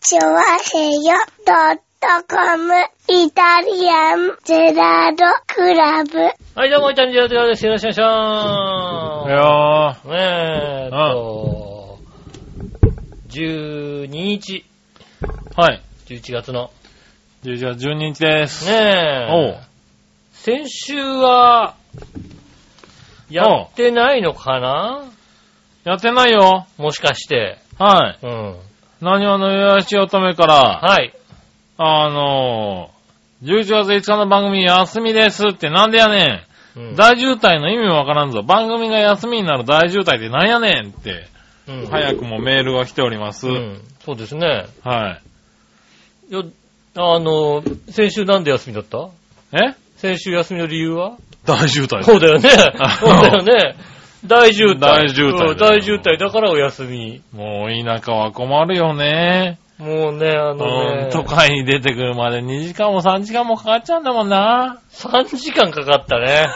チョワヘヨドットコムイタリアンゼラードクラブ。はい、どうも、イタリアンジェラです。よろしくお願いいしまやす。ねえ、と、12日、ー、はい。 11月の。 11月12日です。ねおえ、先週は、やってないのかなやってないよ。もしかして。はい。うん。何話のよやしおとめから、はい。あのー、11月5日の番組休みですってなんでやねうんん。大渋滞の意味もわからんぞ。番組が休みになる大渋滞ってなんやねんって、うん早くもメールが来ております。うん。そうですね。はい。よ、あの、先週なんで休みだったえ先週休みの理由は大渋滞そうだよね。そうあだよね。大渋滞。大渋滞だようん大渋滞だからお休み。もう田舎は困るよね。もうね、あのうねん、、都会に出てくるまで2時間も3時間もかかっちゃうんだもんな。 3時間かかった ね。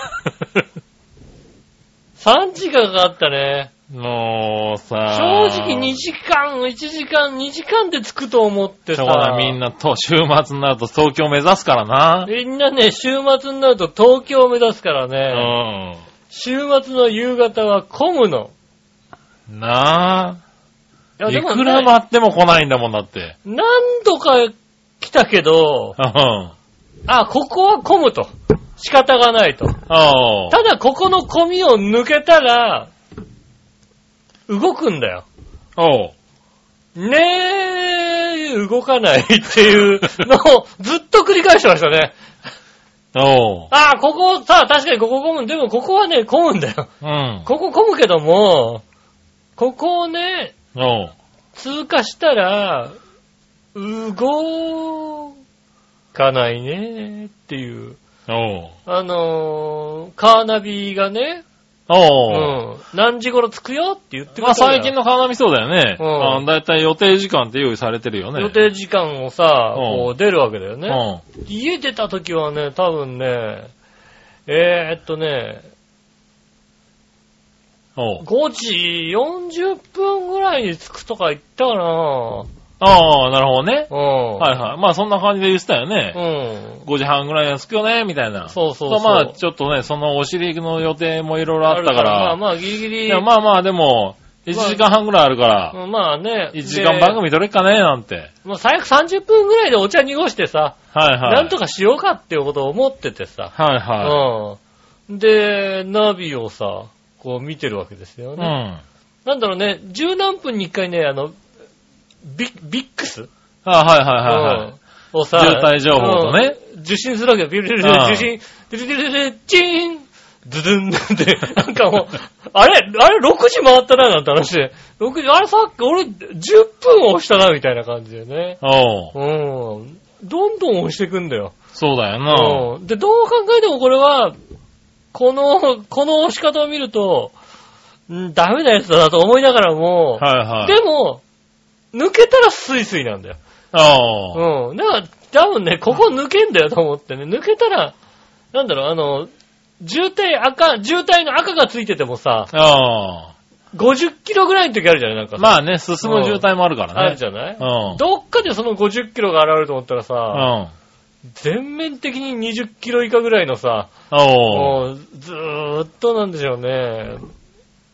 3時間かかったね。もうさ。正直2時間、1時間、2時間で着くと思ってしさょう。がないみんなと、週末になると東京目指すからな。みんなね、週末になると東京を目指すからうね、週末の夕方は混むの。ん。なやあ。いでもねくら待っても来ないんだもんだって。何度か来たけど、うん。あ、ここは混むと。仕方がないと。おうただ、ここの混みを抜けたら、動くんだよ。おうねえ、動かないっていうのをずっと繰り返してました ね。おうああ、ここ、さあ、確かにここ混む。でも、ここはね、混むんだよ。うん。ここ混むけども、ここをね、おう通過したら、動かないねっていう。おうあのー、カーナビがね、う、おうん何時頃着くよって言ってくれたまあら最近の川並そうだよね。うんあのだいたい予定時間って用意されてるよね。予定時間をさ、うんこう出るわけだようね。ん。家出た時はね、多分ね、えー、っとね、おう5時40分ぐらいに着くとか言ったかなああ、なるほどね。うん。はいはい。まあそんな感じで言ってたよね。うん。 5時半ぐらいに着くよね、みたいな。そうそうそう。まあちょっとね、そのお尻の予定もいろいろあったから。まあまあギリギいリ。や、まあまあ、でも、1時間半ぐらいあるから、うんまあね。 1時間で。番組撮れっかねなんて。もう最悪30分ぐらいでお茶濁してさ、はいはい。なんとかしようかっていうことを思っててさ。はいはうん。で、ナビをさ、こう見てるわけですよい。うね。ん。なんだろうね、十何分に一回ね、あの、ビビックス、あはいはいはいはい。うんをさ、渋滞情報とねうん、受信するわけよ。ビルビルビうルん受信、ビルビルビルチーンズズンって、なんかもう、あれ、あれ6時回ったな、なんて話で。6時、あれさっき俺10分押したな、みたいな感じでね。おううん。どんどん押してくんだよ。そうだよな。うん。で、どう考えてもこれは、この、この押し方を見ると、んダメなやつだなと思いながらも、はいはい。でも、抜けたらスイスイなんだよ。おううん。だから、多分ね、ここ抜けんだよと思ってね、抜けたら、なんだろう、あの、渋滞赤、渋滞の赤がついててもさ、お50キロぐらいの時あるじゃないなんかうさまあね、進む渋滞もあるからね。あるじゃないうん。どっかでその50キロが現れると思ったらうさ、ん。全面的に20キロ以下ぐらいのさ、おうもうずーっとなんでしょうね、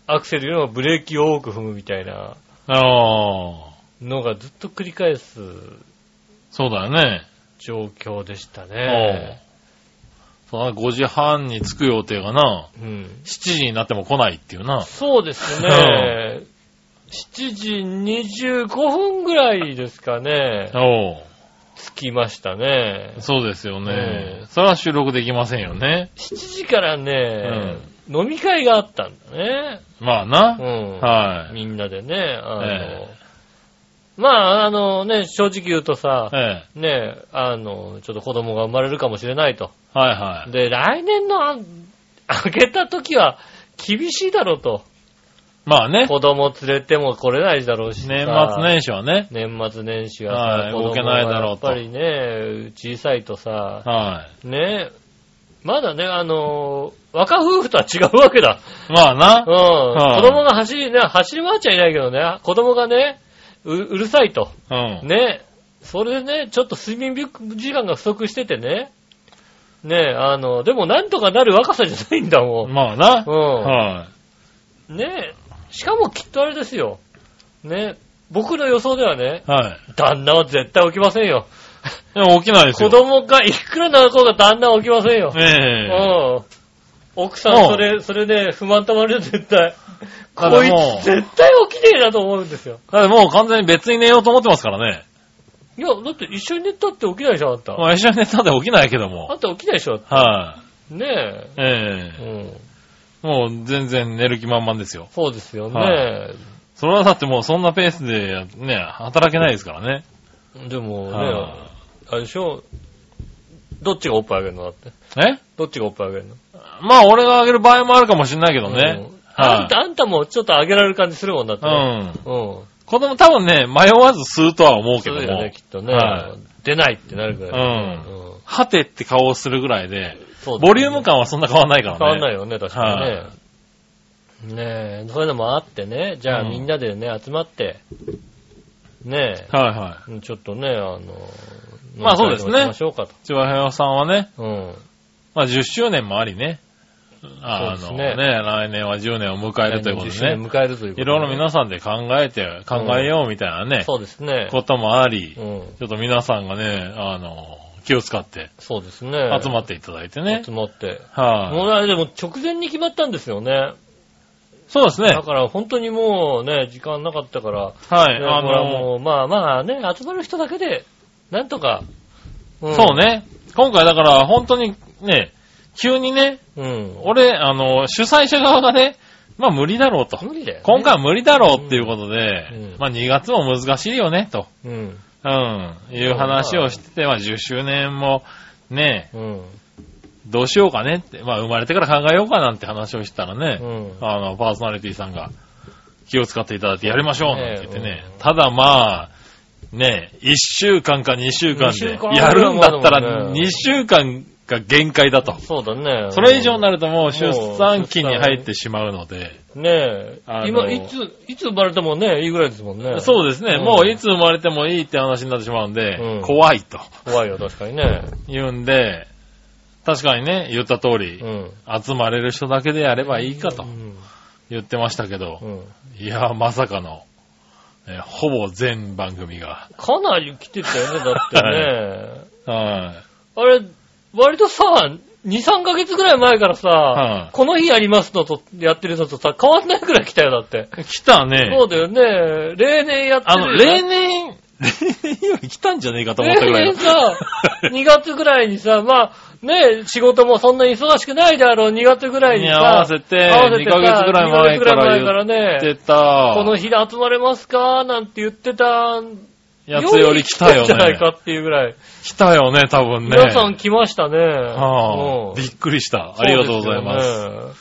アクセルよりもブレーキを多く踏むみたいなおうのがずっと繰り返すそうだよね。状況でしたおうね。そうだな5時半に着く予定がな、うん、 7時になっても来ないっていうな。そうですね。7時25分ぐらいですかね。おう着きましたね。そうですよねうん。それは収録できませんよね。 7時からね、飲み会があったんだね。まあな。うん。はい。みんなでね、あの、えまあ、あのね、正直言うとさ、ええ。ねえ、あの、ちょっと子供が生まれるかもしれないと。はいはい。で、来年のあ、あげた時は厳しいだろうと。まあね。子供連れても来れないだろうしさ。年末年始はね。年末年始ははさ、い子供動けないだろうとやっぱりね、小さいとさ、はねえ、まだね、あの、若夫婦とは違うわけだ。い。まあうん。な。子供が走り、ね、走り回っちゃいないけどね、子供がね、ううるさいと。うん。ね。それでね、ちょっと睡眠時間が不足しててね。ねあの、でもなんとかなる若さじゃないんだもん。まあな。うはん。ねしかもきっとあれですよ。ね僕の予想ではね、い。はい。旦那は絶対起きませんよ。いや、起きないです子よ。供が、いくらの子が旦那は起きませんよ。ええうん。奥さん、うんそれ、それね、不満溜まるよ、絶対。たこだいもうつ、絶対起きねえなと思うんですよ。だってもう完全に別に寝ようと思ってますからね。いや、だって一緒に寝たって起きないじゃん、あんた。まあ一緒に寝たんで起きないけどあも。んた起きないでしょ。はねい。ええ。うえん。もう全然寝る気満々ですよ。そうですよね。はそれはだってもうそんなペースでね、働けないですからね。でもね、はあれでしょどっちがおっぱいあげるのだって。えどっちがおっぱいあげるのまあ俺があげる場合もあるかもしれないけどねうん。あはんた、あんたもちょっとあげられる感じするもんだってい。うね。ん。うん。子供多分ね、迷わず吸うとは思うけそうだどよもね、。きっとねは。出ないってなるぐらい。うんうんはてって顔をするぐらいで、そうだよねボリューム感はそんな変わんないからね。変わんないい。よね、確かにね。ねえ、そういうのもあってね、じゃあうんみんなでね、集まって、ねはいはえ、ちょっとね、あの、まあそうですね飲み会でもしましょうかと。い。千葉平和さんはね、うん。まあ10周年もありね。あそのうですねね来年は10年を迎えるということ10で周年ね。迎えるということでいろいろ皆さんで考えて、考えようみたいなね、そうですね。こともあり、うん。ちょっと皆さんがね、あの、気を使ってそうですね。集まっっていただいてね集。まって。もはうい、あれでも直前に決まったんですよね。そうですねだ。から本当にもうね、時間なかったから、はい。だあからの、もう、まあまあね、集まる人だけで、なんとか。んそう。ね。今回だから本当にね、急にね、うん。俺、あの、主催者側がね、まあ無理だろうと。無理だよね、今回は無理だろうっていうことで、うんまあ2月も難しいよね、と。うん。うん。いう話をしてて、まあ10周年も、ね、うん。どうしようかねって、まあ生まれてから考えようかなんて話をしてたらね、うん。あの、パーソナリティさんが気を使っていただいてやりましょうなんて言ってねねえ。うんただまあ、ねえ、1週間か2週間二週で間やるんだっぐたらいまでらもね2週間が限界だと。そうだね。それ以上になる。るともう出産期に入ってしまうので。ねえ。あの今、いつ、いつ生まれてもね、いいぐらいですもんね。う。 そうですね。んもういつ生まれてもいいって話になってしまうんうでん、怖いと怖いよ、確かにね。言うんで、確かにね、言った通りう、ん。集まれる人だけでやればいいかとうん。言ってましたけどう、ん。いや、まさかの、えほぼ全番組が。かなり来てた よね、だってね。はい。あれ、割とさ、2、3ヶ月ぐらい前からさ、はいこの日やりますのと、やってるのとさ、変わんないぐらい来たよ、だって。来たね。そうだよね。例年やってるあの、例年、例年より来たんじゃねえかと思ったぐら例い年。さ、2月ぐらいにさ、まあ、ね、仕事もそんなに忙しくないであろう2月ぐらいに にさ、合わせて、合わせ2てヶ月ぐらい前から言らっねて、た。この日で集まれますかなんて言ってた、やつより来たよんじゃないかね。っていうぐらい。来たよね、多分ね。皆さん来ましたね。はうあ、んびっくりした。ありがとうございます。そうでよね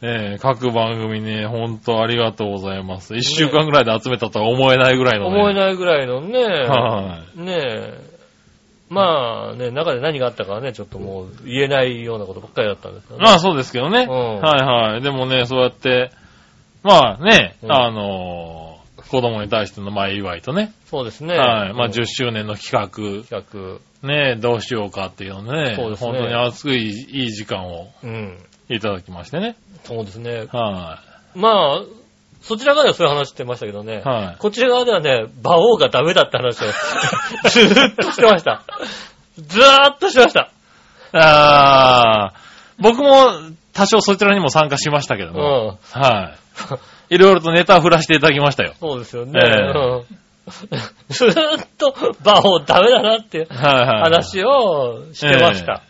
ええ各番組ね、本当ありがとうございます。一週間ぐらいで集めたとは思えないぐらいのね。思えないぐらいのね。はい、ねえ。まあね、中で何があったかはね、ちょっともう言えないようなことばっかりだったんですけどね。まあそうですけどね。うんはいはい。でもね、そうやって、まあね、うんあのー子供に対しての前祝いとね、そうですね。はい。まあうん10周年の企企画、ね、どうしようかっていうのね、そうですね本当に熱い、いい時間を画。うん。いただきましてね。そうですね。はまあ、そちら側ではそういう話してましたけどね。い。はい。こちら側ではね、馬王がダメだって話を ずーっとしてました。ずーっとしてました。あー、僕も多少そちらにも参加しましたけどうも、ん。はい。い ろいろとネタを振らせていただきましたよ。そうですよね。ええうんずーっと馬王ダメだなっていうはいはい。。話をしてました。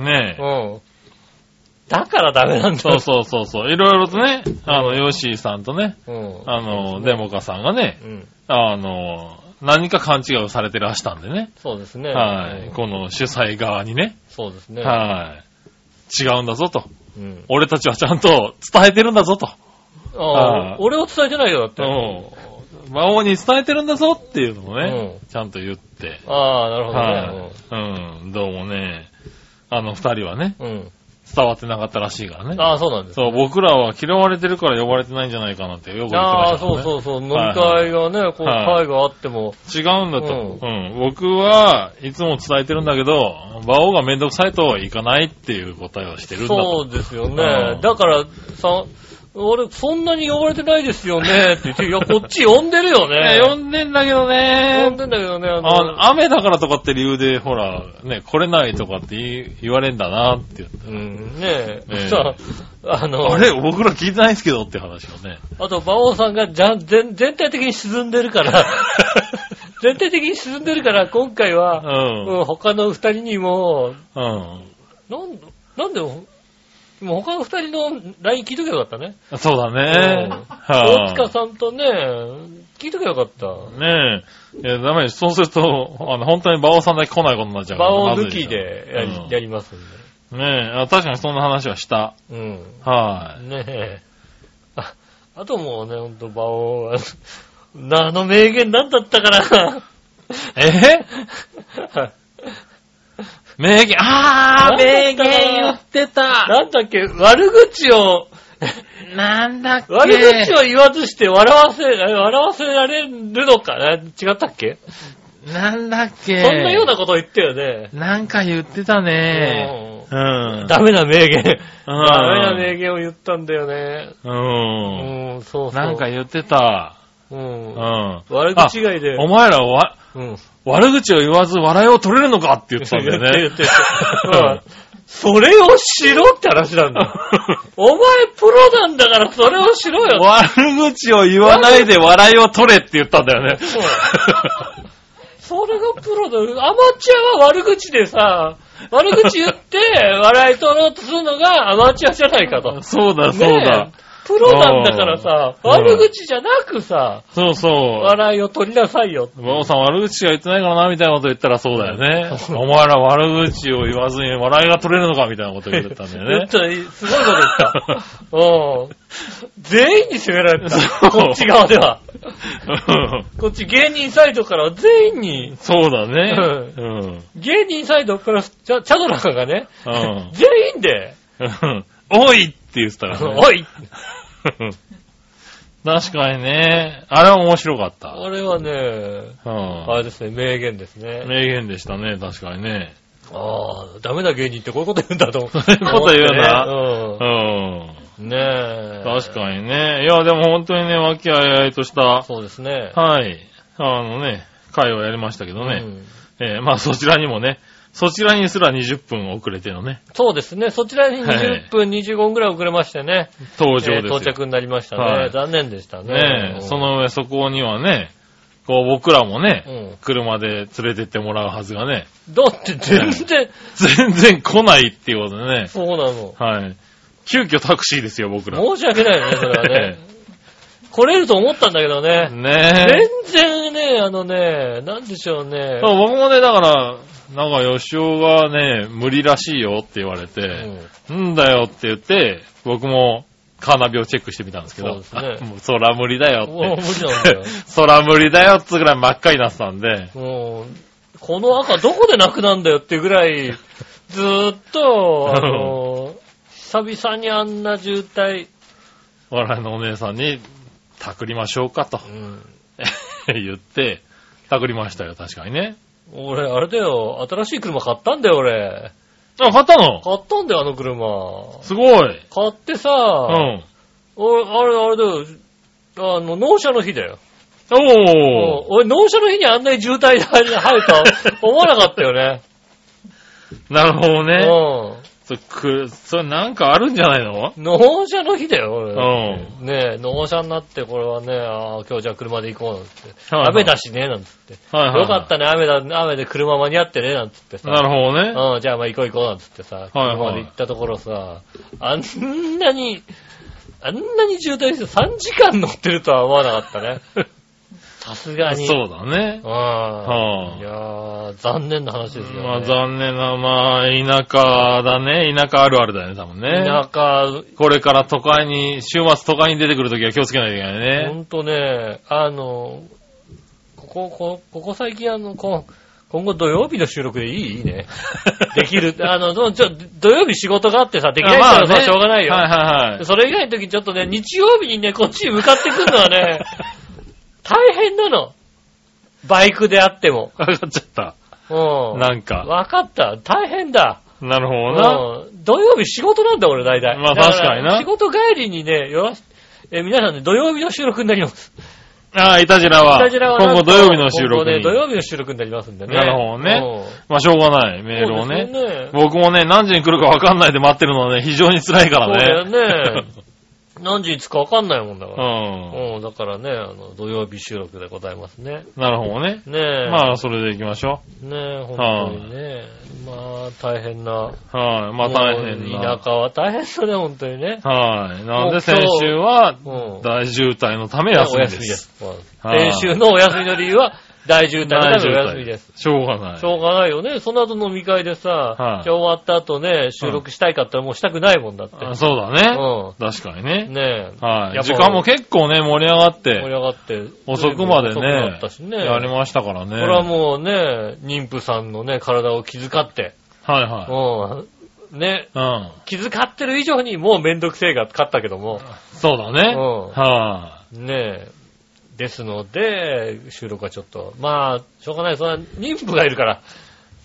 ねえ。うん。だからダメなんだ。そうそうそうそう。いろいろとね、あの、ヨッシーさんとね、うん。あの、デモカさんがね、うん。あの、何か勘違いをされてらしたんでね。そうですね。はうい。んこの主催側にね。そうですね。はい。違うんだぞと。うん。俺たちはちゃんと伝えてるんだぞと。あはいあ、俺を伝えてないよ、だって。魔王に伝えてるんだぞっていうのをね、うちゃんと言って。ああ、なるほどね。はい。うん。どうもね、あの二人はね、うん。伝わってなかったらしいからね。ああ、そうなんです。そう、僕らは嫌われてるから呼ばれてないんじゃないかなってよく言ってまあしあ、たからそね。うそうそう。飲みはいはい会がね、こう、はい会があっても、違うんだと。ううん。僕はいつも伝えてるんだけど、馬王がめんどくさいと行かないっていう答えをしてるんだそと。うですようねん。だから、さ、俺、そんなに呼ばれてないですよね、って言って、いや、こっち呼んでるよ ねね。呼んでんだけ呼どんね。でんだけどね、あの、あ雨だからとかって理由で、ほら、ね、来れないとかって言い言われんだなって。うん、ねえええ。さ、あの、あれ僕ら聞いてないですけどって話をね。あと、馬王さんがじゃん全全体的に沈んでる から、全体的に沈んでるから、今回うは、ん。うん他の二人にも、うん。なんなんで、もう他の二人の LINE 聞いとけばよかったね。そうだうね。ん大は塚さんとね、聞いとけばよかった。ねえ。いや、ダメです。そうすると、あの、本当に馬王さんだけ来ないことになっちゃうから。馬王まず抜いしきょでやり,、やりますんで。うんねえあ。確かにそんな話はした。うん。はねえ。あ、あともうね、ほんと、馬王 は、なあの名言なんだったかな。い。え名言、あー、名なん言だったかな言ってた。 なんだっけ、悪口を、なんだっけ。悪口を言わずして笑わせ、笑わせられるのかな違ったっけ、なんだっけ。そんなようなこと言ったよね。なんか言ってたね。うん。ダメな名言。うんダメな名言を言ったんだよね。う。うんん、そうそう。なんか、言ってた。う。うんん。悪口以外で。お前らわ、うん。悪口を言わず笑いを取れるのかって言ってたんだ言よねって言って言 ってうん。それをしろって話なんだ。お前プロなんだからそれをしろよ。悪口を言わないで笑いを取れって言ったんだよね。そうそれがプロだ。アマチュアは悪口でさ、悪口言 って笑い取ろうとするのがアマチュアじゃないかと。 そうだ、そうだねえ。。プロなんだからさ、うん悪口じゃなくさ、そうそう。笑いを取りなさいよ。馬王さん悪口が言ってないからな、みたいなこと言ったらそうだよね。お前ら悪口を言わずに笑いが取れるのか、みたいなこと言ってたんだよ言ね っ。たらすごいこと言った。うん。全員に責められてそうた。こっち側では。こっち芸人サイドからは全員に、そうだね。う。うん芸人サイドプラスチャチャドラーがね、うん全員で、うん。 おいって言ってたからね。おい確かにね。あれは面白かった。あれはね、うんあれですね、名言ですね。名言でしたね、確かにね。ああ、ダメな芸人ってこういうこと言うんだと思って。そういうこと言うな思っうてねうん。ん。ねえ。確かにね。いや、でも本当にね、和気あいあいとした、そうですね。はい、あのね、会をやりましたけどうね。んえーまあそちらにもね、そちらにすら20分遅れてのね、そうですね。そちらにはい20分、25分くらい遅れましてね。登場えーですよ。到着になりましたね。はい残念でしたね。ねうえ、んそ、の上そこにはね、こう僕らもうね、ん。車で連れてってもらうはずがね、だって全然、全然来ないっていうことでね、そうなの。はい。急遽タクシーですよ、僕ら。申し訳ないよね、そ れはね。来れると思ったんだけどね。ねえ。全然ね、あのね、なんでしょうね。そう、僕もね、だから、なんか、吉尾がね、無理らしいよって言われて、うんうんだよって言って、僕もカーナビをチェックしてみたんですけそうどです、ね あもうそら無理だよもう無っ理なんだよて。。そら無理だよっつうぐらい真っ赤になってたんで、もう、この赤どこでなくなんだよっていうぐらい、ずーっと、あの、久々にあんな渋滞、我々のお姉さんに、たくりましょうかと うん、言って、たくりましたよ、確かにね。俺、あれだよ、新しい車買ったんだよ、俺。あ、買ったの買ったんだよ、あの車。すごい。買ってさ、うん。俺、あれ、あれだよ、あの、納車の日だよ。おー。俺、納車の日にあんなに渋滞が入ると は思わなかったよね。なるほどうね。ん。そくそれなんかあるんじゃないの納車の日だよ、う俺。ん。ねえ、納車になって、これはね、ああ、今日じゃあ車で行こうなんつって。はいはい雨だしね、なんつって。はいはいはいよかったね、雨だ、雨で車間に合ってね、なんつってさ。なるほどね。うん、じゃあまあ行こう行こうなんつってさ、はい車で行ったところさ、あんなに、あんなに渋滞して3時間乗ってるとは思わなかったね。 さすがに。そうだねうん。。はいやー、残念な話ですよ、ね。まあ残念な、まあ田舎だね。田舎あるあるだよね、多分ね。田舎、これから都会に、週末都会に出てくるときは気をつけないといけないほね。んとね、あの、ここ、こここ最近あの、こ今後土曜日の収録でいいいい ね。できる。あの、ちょ、土曜日仕事があってさ、できないからさ、しょうがないよ。はいはいはい。それ以外の時ちょっとね、日曜日にね、こっちに向かってくるのは ね、大変なの。バイクであっても。わかっちゃった。うん。なんか。わかった。大変だ。なるほどな。うん土曜日仕事なんだ俺大体。まあだら確かにな仕事帰りにね、よらし、えー皆さんね、土曜日の収録になります。ああ、いたじらスは。タジラはなん今後と土曜日の収今後録ね、に土。曜日の収録になりますんでね。なるほどねうん。まあしょうがない、メールをそうね。ですよね。僕もね、何時に来るかわかんないで待ってるのはね、非常に辛いかそうだらよね。ね。何時に着くかわかんないもんだから。 ううん、だからね、あの、土曜日収録でございますね。ん。なるほどね。ねえ。まあ、それで行きましょねえ、本当にね。まあ、大変な。う。はい。まあ、大変もうな田。舎は大変そうね、本当にね。はい。なのもうで、先週は、うん。大渋滞のため休みです。お休みです。はい先週のお休みの理由は、大渋滞のためお休みです。。しょうがないし。ょうがないよね。その後飲み会でさ、はいじゃあ終わった後ね、収録したいかってもうしたくないもんだって。あそうだね。う確かにねん。。ねえ。はやい。っぱ時間も結構ね、盛り上がっ盛りて、上がって。遅くまで遅くなねったし、ね。やりましたからね。これはもうね、妊婦さんのね、体を気遣って、はいはうん。ね、い。うん。気遣ってる以上にもうめんどくせえが勝ったけども、そうだね。うんはねえ。ですので、収録はちょっと、まあ、しょうがない。それは妊婦がいるから、い。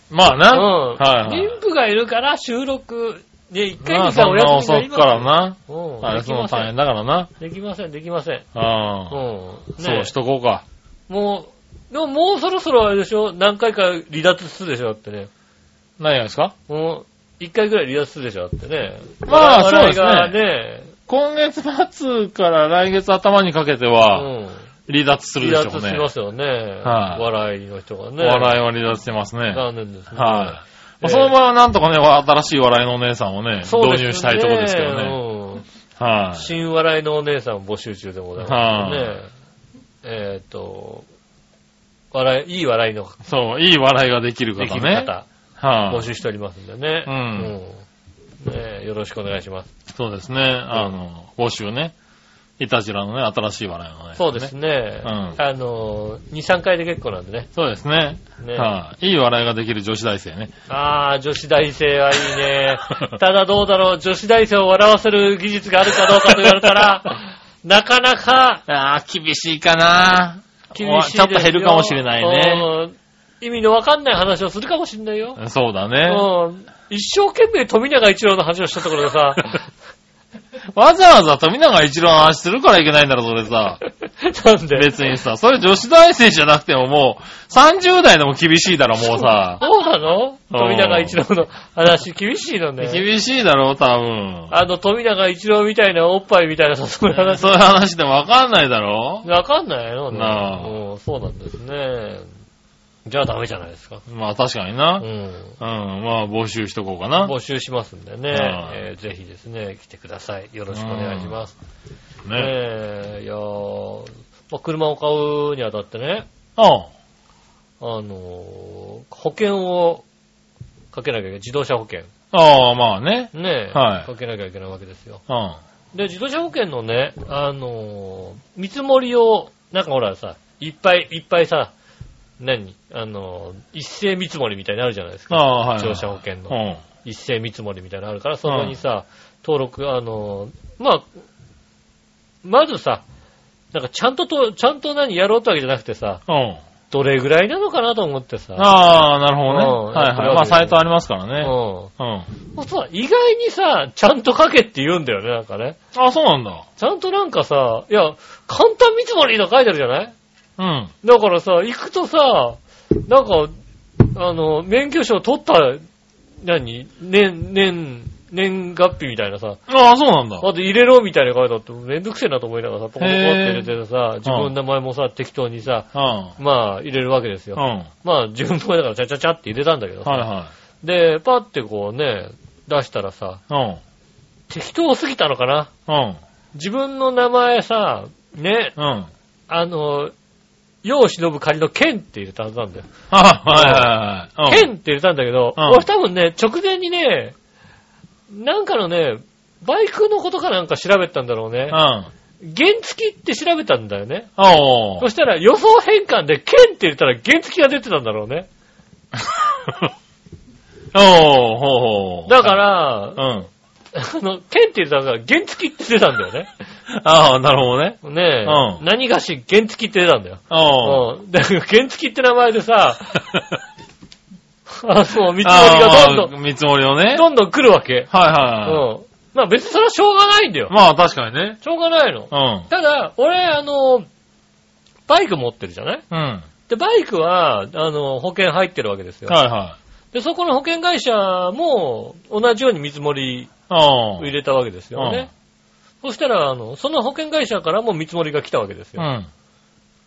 まあな。うんはいはい。妊婦がいるから収録、で、一回まあにさ、そんおな休遅みにくなりますからな。うん。あれ、でそきのませ大ん。変だからな。できません、できません。う。うんん。そねうしとこうか。もう、でももうそろそろあれでしょ何回か離脱するでしょだってね。何がですかもう、一回ぐらい離脱するでしょだってね。ま我あ々そうですねがね。今月末から来月頭にかけてうは、ん。離脱する離でしょう脱ね。しますよね。はい笑いの人がね。笑いは離脱してますね。はい。残念ですね。まええあ、その場合はなんとかね、新しい笑いのお姉さんをね、そうです導入したいところですけどね。ね。うんはい。新笑いのお姉さん募集中でございますね。えっ、と、笑い、いい笑いのそう、いい笑いができるでき方るね。方、は募い。集しておりますんでね。うんうんねえよろしくお願いします。そうですね。あの、募集ね。いたじらのね、新しい笑いのね。そうです。ね。うんあの、2、3回で結構なんでね。そうですね。ねはい。いい笑いができる女子大生ね。ああ、女子大生はいいね。 ただどうだろう、女子大生を笑わせる技術があるかどうかと言われた ら、なかなかああ、厳しいかな。厳しいですよちょっと減るかもしれないね。うん意味のわかんない話をするかもしれないよ。そうだね。うん。一生懸命富永一郎の話をしたところで さ、わざわざ富永一郎の話するからいけないんだろ、それさ。なんで別にさ、それ女子大生じゃなくてももう、30代でも厳しいだろ、もうさ。そうなの富永一郎の話厳しいのね。厳しいだろ、多分。あの、富永一郎みたいなおっぱいみたいなさ、そういう話。そういう話でもわかんないだろわかんないのねなあうん、そうなんですね。じゃあダメじゃないですか。まあ確かにうな。うん、ん。まあ募集しとこうかな。募集しますんでね、ああえーぜひですね、来てください。よろしくお願いします。ね。えー、いやー、まあ、車を買うにあたってね、うん。あのー保険をかけなきゃいけない。自動車保険。ああ、まあね。ねえ、はいかけなきゃいけないわけですよ。うん。で、自動車保険のね、あのー見積もりを、なんかほらさ、いっぱいいっぱいさ、何あのー一斉見積もりみたいになのあるじゃないですあか。あ、はい。自動車保険うのん。一斉見積もりみたいなのあるから、そこにさ、登録、あのーまあ、まずさ、なんかちゃんとと、ちゃんと何やろうってわけじゃなくてさ、うん。どれぐらいなのかなと思ってさ、ああ、なるほうどんね。はいはい。まあサイトありますからうね。ん。うん。そうさ、意外にさ、ちゃんと書けって言うんだよね、なんかね。あそうなんだ。ちゃんとなんかさ、いや、簡単見積もりの書いてあるじゃないうん。だからさ、行くとさ、なんか、あの、免許証取った、何年、年、年月日みたいなさ、ああ、そうなんだ。あと入れろみたいな書いてあって、めんどくせえなと思いながらさ、ポコポコって入れてさ、自分の名前もさ、適当にさ、うん。まあ入れるわけですうん。よ。はいまあ自分の名前だからちゃちゃちゃって入れたんだけどさ、はで、パってこうね、出したらさ、い。うん。適当すぎたのかなうん。自分の名前さ、ね、うん。あの、世を忍ぶ仮の剣って入れたはずなんだよ。あはいはいはい。うん剣って入れたんだけど、うん俺多分ね、直前にね、なんかのね、バイクのことかなんか調べたんだろうねう。ん。原付きって調べたんだよね。そおー。したら予想変換で剣って入れたら原付きが出てたんだろうね。おー、ほうほう。だから、うん。 あの、剣って言ったらさ、原付きって出たんだよね。ああ、なるほどね。ねえ。うん何がし原付きって出たんだよ。おー。うん。だから原付きって名前で さ、あそう、見積もりがどんどん、ん。見積もりをね。どんどん来るわけ。はいうはいはん。まあ別にそれはしょうがないんだい。よ。まあ確かにね。しょうがないの。うん。ただ、俺、あの、バイク持ってるじゃないうん。で、バイクは、あの、保険入ってるわけですよ。はいはい。で、そこの保険会社も、同じように見積もりああ。を入れたわけですよね。そしたら、あの、その保険会社からも見積もりが来たわけですうよ。ん。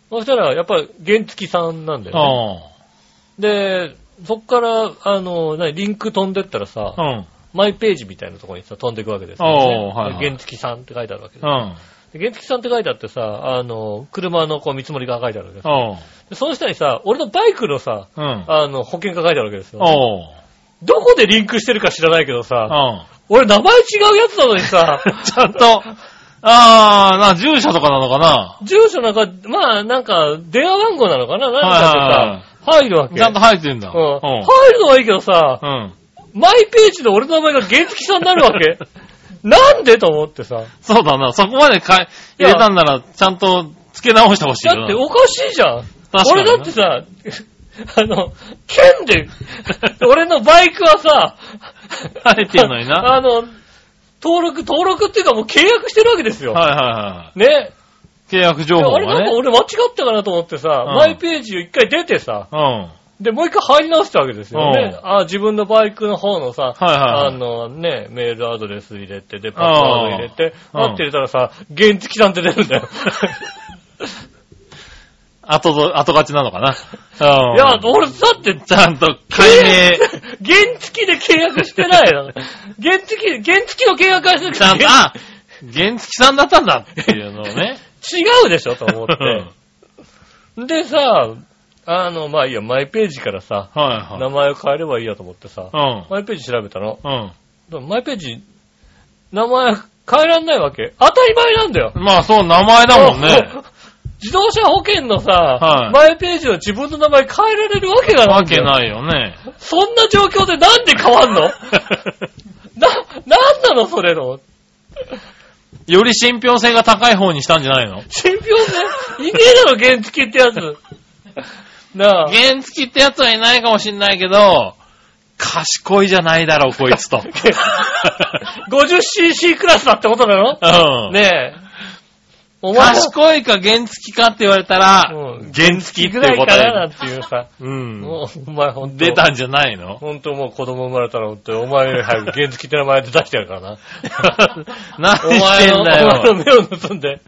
そしたら、やっぱり原付さんなんだよね。あで、そっから、あの、何、リンク飛んでったらさ、あ。うん。マイページみたいなところにさ、飛んでいくわけですよ、ね。おーはいはい原付さんって書いてあるわけでうん。あす。で原付さんって書いてあってさ、あの、車のこう見積もりが書いてあるわけです。あ。でその下にさ、俺のバイクのさ、うん。あの、保険が書いてあるわけですよ。おー。どこでリンクしてるか知らないけどさ、うん。俺名前違うやつなのに さ、ちゃんと、ああ、な、住所とかなのかな住所なんか、まあなんか、電話番号なのかななんはいはいはかでさ、入るわけ。ちゃんと入ってんだ。ううんん、入るのはいいけどさ、うん。マイページで俺の名前が原付さんになるわ け。なんでと思ってさ。そうだな。そこまで変え、いや入れたんなら、ちゃんと付け直してほしいだよな。っておかしいじゃん。確かに俺なだってさ、 あの、剣で、俺のバイクはさ、入ってんのにな あの、登録、登録っていうかもう契約してるわけですよ。はいはいはい。ね。契約情いや報あれなんがかね。俺間違ったかなと思ってさ、うんマイページを一回出てさ、うん。はで、もう一回入り直したわけですよね。うあ自分のバイクの方のさ、いはい。あのね、メールアドレス入れて、で、パスワード入れて、うん待ってたらさ、原付さんって出るんだよ。後ぞ、後勝ちなのかな。うん。 いや、俺だって、ちゃんと解明。原付で契約してないの。原付、原付の契約はしてるけちど ゃんと、原あ原付さんだったんだっていうの をね。違うでしょと思っうんて。でさ、あの、まあいいや、マイページからさ、はい名はい。前を変えればいいやと思ってさ、うん。マイページ調べたの。うん。でもマイページ、名前変えらんないわけ当たり前なんだよ。まあそう、名前だも んね。。自動車保険のさ、はいマイページの自分の名前変えられるわけがないわんだけよ。ないよ ね。そんな状況でなんで変わんのな、なんなのそれの。より信憑性が高い方にしたんじゃないの信憑性いねえだろ、原付ってや つ。なあ。原付ってやつはいないかもしんないけど、賢いじゃないだろう、こいつ と。 50cc クラスだってことなのうん。ねえ。お前も賢いか原付かって言われたら、うん原付ってぐらい答かえななる。んていうさ。うん。もうお前ほんと。出たんじゃないのほんともう子供生まれたらほんと、お前より早く原付って名前で出してやるから な。何お前しての んおだ前のよ。目を盗んで。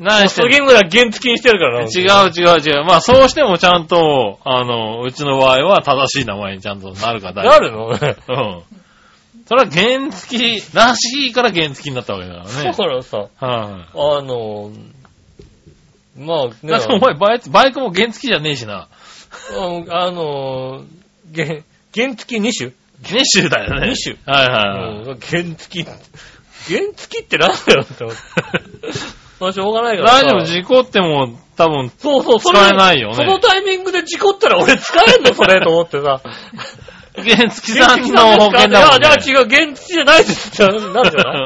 何してんだ杉よ。村原付にしてやるからな。違う違う違う。まあそうしてもちゃんと、あの、うちの場合は正しい名前にちゃんとなるからなるのだ大丈夫うん。それは原付らしいから原付になったわけだからね。からさ、はあの、まあねい。だってお前バイク、バイクも原付じゃねえしな。うんあの、原、原付2種原種だよね。二種。はいうはいはい。ん原付、原付ってなんだよって思 って。まあしょうがないから大さ。丈夫、事故っても多分、そうそう、それ使えないよねそのタイミングで事故ったら俺使えんのそれと思って さ。原付さ原ん付の保険だもんいや、ね。じゃあ違う、原付じゃないですって話になるじゃ ない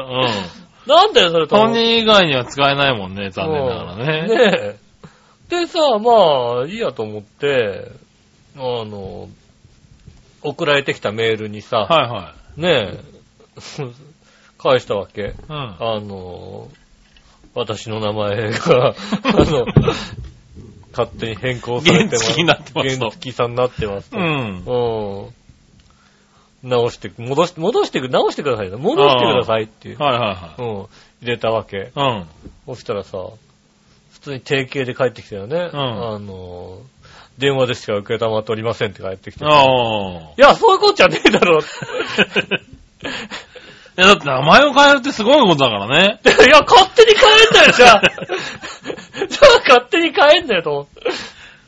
なんだよ、それうん。と思本って。人以外には使えないもんね、残念ながらね。ねえ。でさ、まあ、いいやと思って、あの、送られてきたメールにさ、はいはねえ、返したわけ。い。うん。あの、私の名前 が、あの、勝手に変更されて原付になってますと原付さんになってますと。うん。うん。直して、戻して、戻してく、直してくださいね。戻してくださいっていう。はいはうん。入れたわけ。いはい。そしたらさ、普通に定型で帰ってきたよね。んあの、電話でしか受けたまっておりませんって帰ってきうて。ん。いああ。や、そういうことじゃねえだ ろって。いや、だって名前を変えるってすごいことだからね。 いや、勝手に変えんだよ、じゃ あ。じゃあ勝手に変えんだよ、と思って。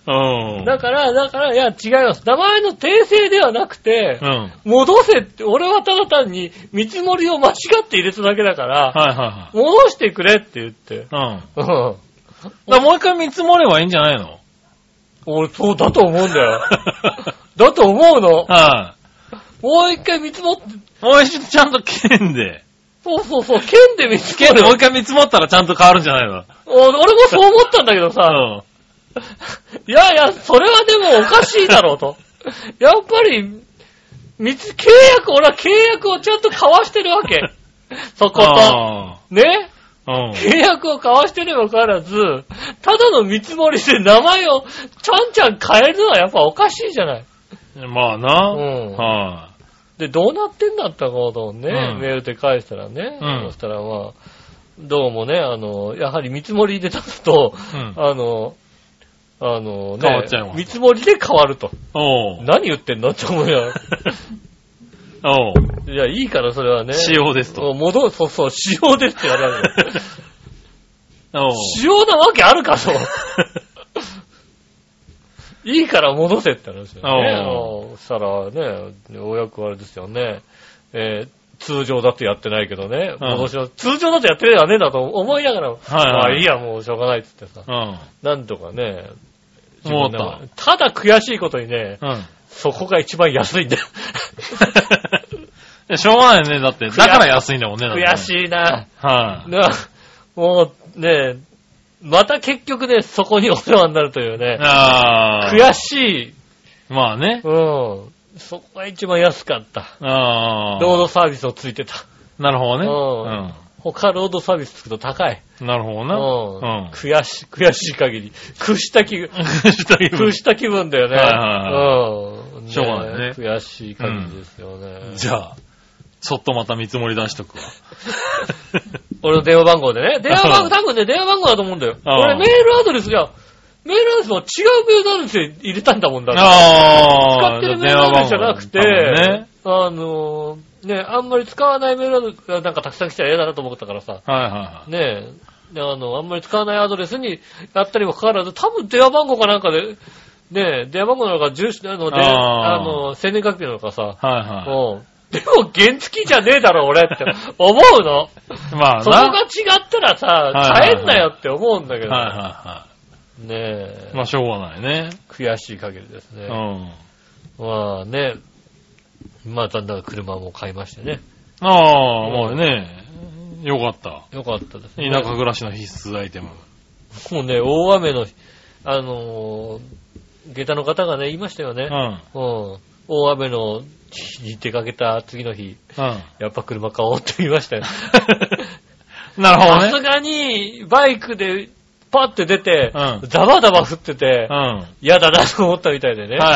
うん。だから、だから、いや、違います。名前の訂正ではなくてう、ん。戻せって、俺はただ単に見積もりを間違って入れただけだから、はいは戻してくれって言って。いはい。うん。うん。 だからもう一回見積もればいいんじゃないの 俺、そうだと思うんだよ。だと思うの。はもう一回見積もって、い。もう一度ちゃんと剣で。そうそうそう、剣で見つけ剣でるも。う一回見積もったらちゃんと変わるんじゃないのお俺もそう思ったんだけどさ、うん。 いやいや、それはでもおかしいだろう と。やっぱり、みつ、契約、俺は契約をちゃんと交わしてるわ け。そこと。あねあ。うん。契約を交わしてるにもかかわらず、ただの見積もりで名前をちゃんちゃん変えるのはやっぱおかしいじゃない。まあな。うんはで、どうなってんだったことをね、うんメールで返したらね、うんそしたらまあ、どうもね、あの、やはり見積もりで出すと、うんあの、あのね、変わっちゃいます見積もりで変わると。い。おう。何言ってんのって思う よ。おう。いや、いいからそれはね。仕様ですと。戻る、そうそう、仕様ですって言われる。 おう。仕様なわけあるか と。いいから戻せって話だよね。あおのそしたらね、お役あれですよね。えー通常だとやってないけどね、うん戻します通常だとやってるやねえんだと思いながら、はいまはいあいいや、もうしょうがないって言ってさ、うん。なんとかね、自思分っでた。ただ悔しいことにね、うん。そこが一番安いん だよ。いやしょうがないよね。だって、だから安いんだもんね。悔い。しいな。はい。なもうね、また結局ね、そこにお世話になるというね、ああ。悔しい、まあね。うん、そこが一番安かった。ああ。ロードサービスをついてた。なるほどうね。他ロードサービスつくと高い。うん。なるほどうな。んうん。悔しい、悔しい限り。屈した気 分、という屈した気分だよね。はいはいうん。しょうがないね悔しい限りですよね。じゃあ、ちょっとまた見積もり出しとくわ。 俺の電話番号でね。電話番う号、ん多分ね、電話番号だと思うんだよ。うん俺メールアドレスが、メールアドレスも違うメールアドレスで入れたんだもんだから。使あっあ、てるメールアドレスじゃなくて、多分ね。あのー、ね、あんまり使わないメールアドレスがなんかたくさん来たら嫌だなと思ったからさ。はいはいはい。ねえ、であの、あんまり使わないアドレスにやったにもかかわらず、多分電話番号かなんかで、ねえ、電話番号なのか、住所、あの、でああーの、生年月日なのかさ、はいはうん。でも、原付きじゃねえだろ、俺って思うの。い。まあそこな。が違ったらさ、はいはいはい変えんなよって思うんだけど、はいはねえいはい。、まあしょうがないね。悔しい限りですうね。ん。まあね、まあ、だんだん車も買いましてね。ああ、もうね、よかった。よかったですね。田舎暮らしの必須アイテム。もうね、大雨の日、あのー下駄の方がね、言いましたよね。うん。うん。うん。大雨の日に出かけた次の日、なやっぱ車買おうって言いましたよ。さるほどすね。がに、バイクで、パって出て、うんザバザバ降っててうん。、は嫌だなと思ったみたいでね。いはい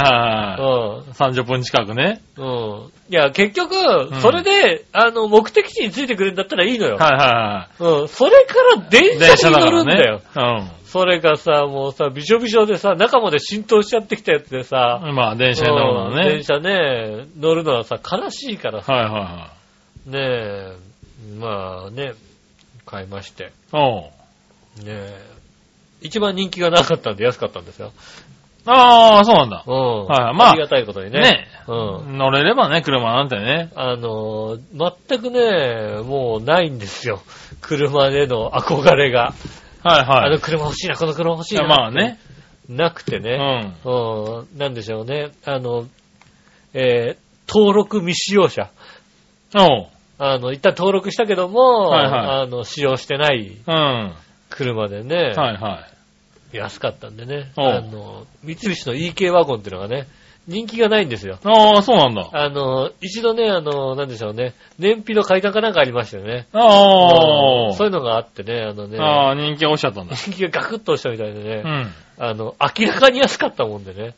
はい。30分近くね。うん。うん。いや、結局、んそれで、あの、目的地についてくれるんだったらいいのよ。はいはうん。それからいはい。 電電車車にだ乗かるらんだよ。ね。うそれがさ、もうさ、びしょびしょでさ、中まで浸透しちゃってきたやつでさ、ん。まあ電車に乗るのはうんね電。車ね、乗るのはさ、悲しいからさ、はいはいはい。ねえ、まあね、買いまして。おうねえ、一番人気がなかったんで安かったんですよ。ああ、そうなんだう。ん。はいまあありがたいことにね。ね。うん。乗れればね、車なんてね。あのー、全くね、もうないんですよ。車での憧れが。はいあはのい。車欲しいな、この車欲しいいな。やまあね。なくてうね。ん。うん。なんでしょうね。あの、えー登録未使用者。おう。あの、一旦登録したけども、はいはいあの、使用してないうん。は車でね。いは安かったんでね。おうあの、三菱の EK ワゴンっていうのがね、人気がないんですよ。い。ああ、そうなんだ。あの、一度ね、あの、なんでしょうね、燃費の改革かなんかありましたよね。あそういうのがあってね、あのねあ。、ああ、人気が落ちちゃったんだ。人気がガクッと落ちたみたいでね、うん。あの、明らかに安かったもんでね、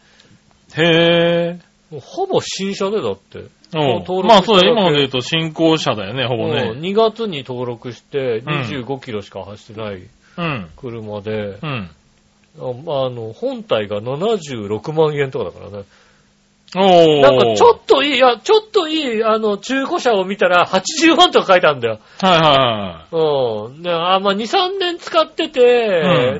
へえ。もうほぼ新車でだって。お登う録まあそうだよ、今ので言うと新興車だよね、ほぼもうね。 2月に登録してん25キロしか走ってないうん。車で、うん。あまああの、本体が76万円とかだからね。おお。なんかちょっといい、いや、ちょっといい、あの、中古車を見たら80万とか書いてあるんだよ。と。はいはうん。で、あ、まあ、2、3年使ってて、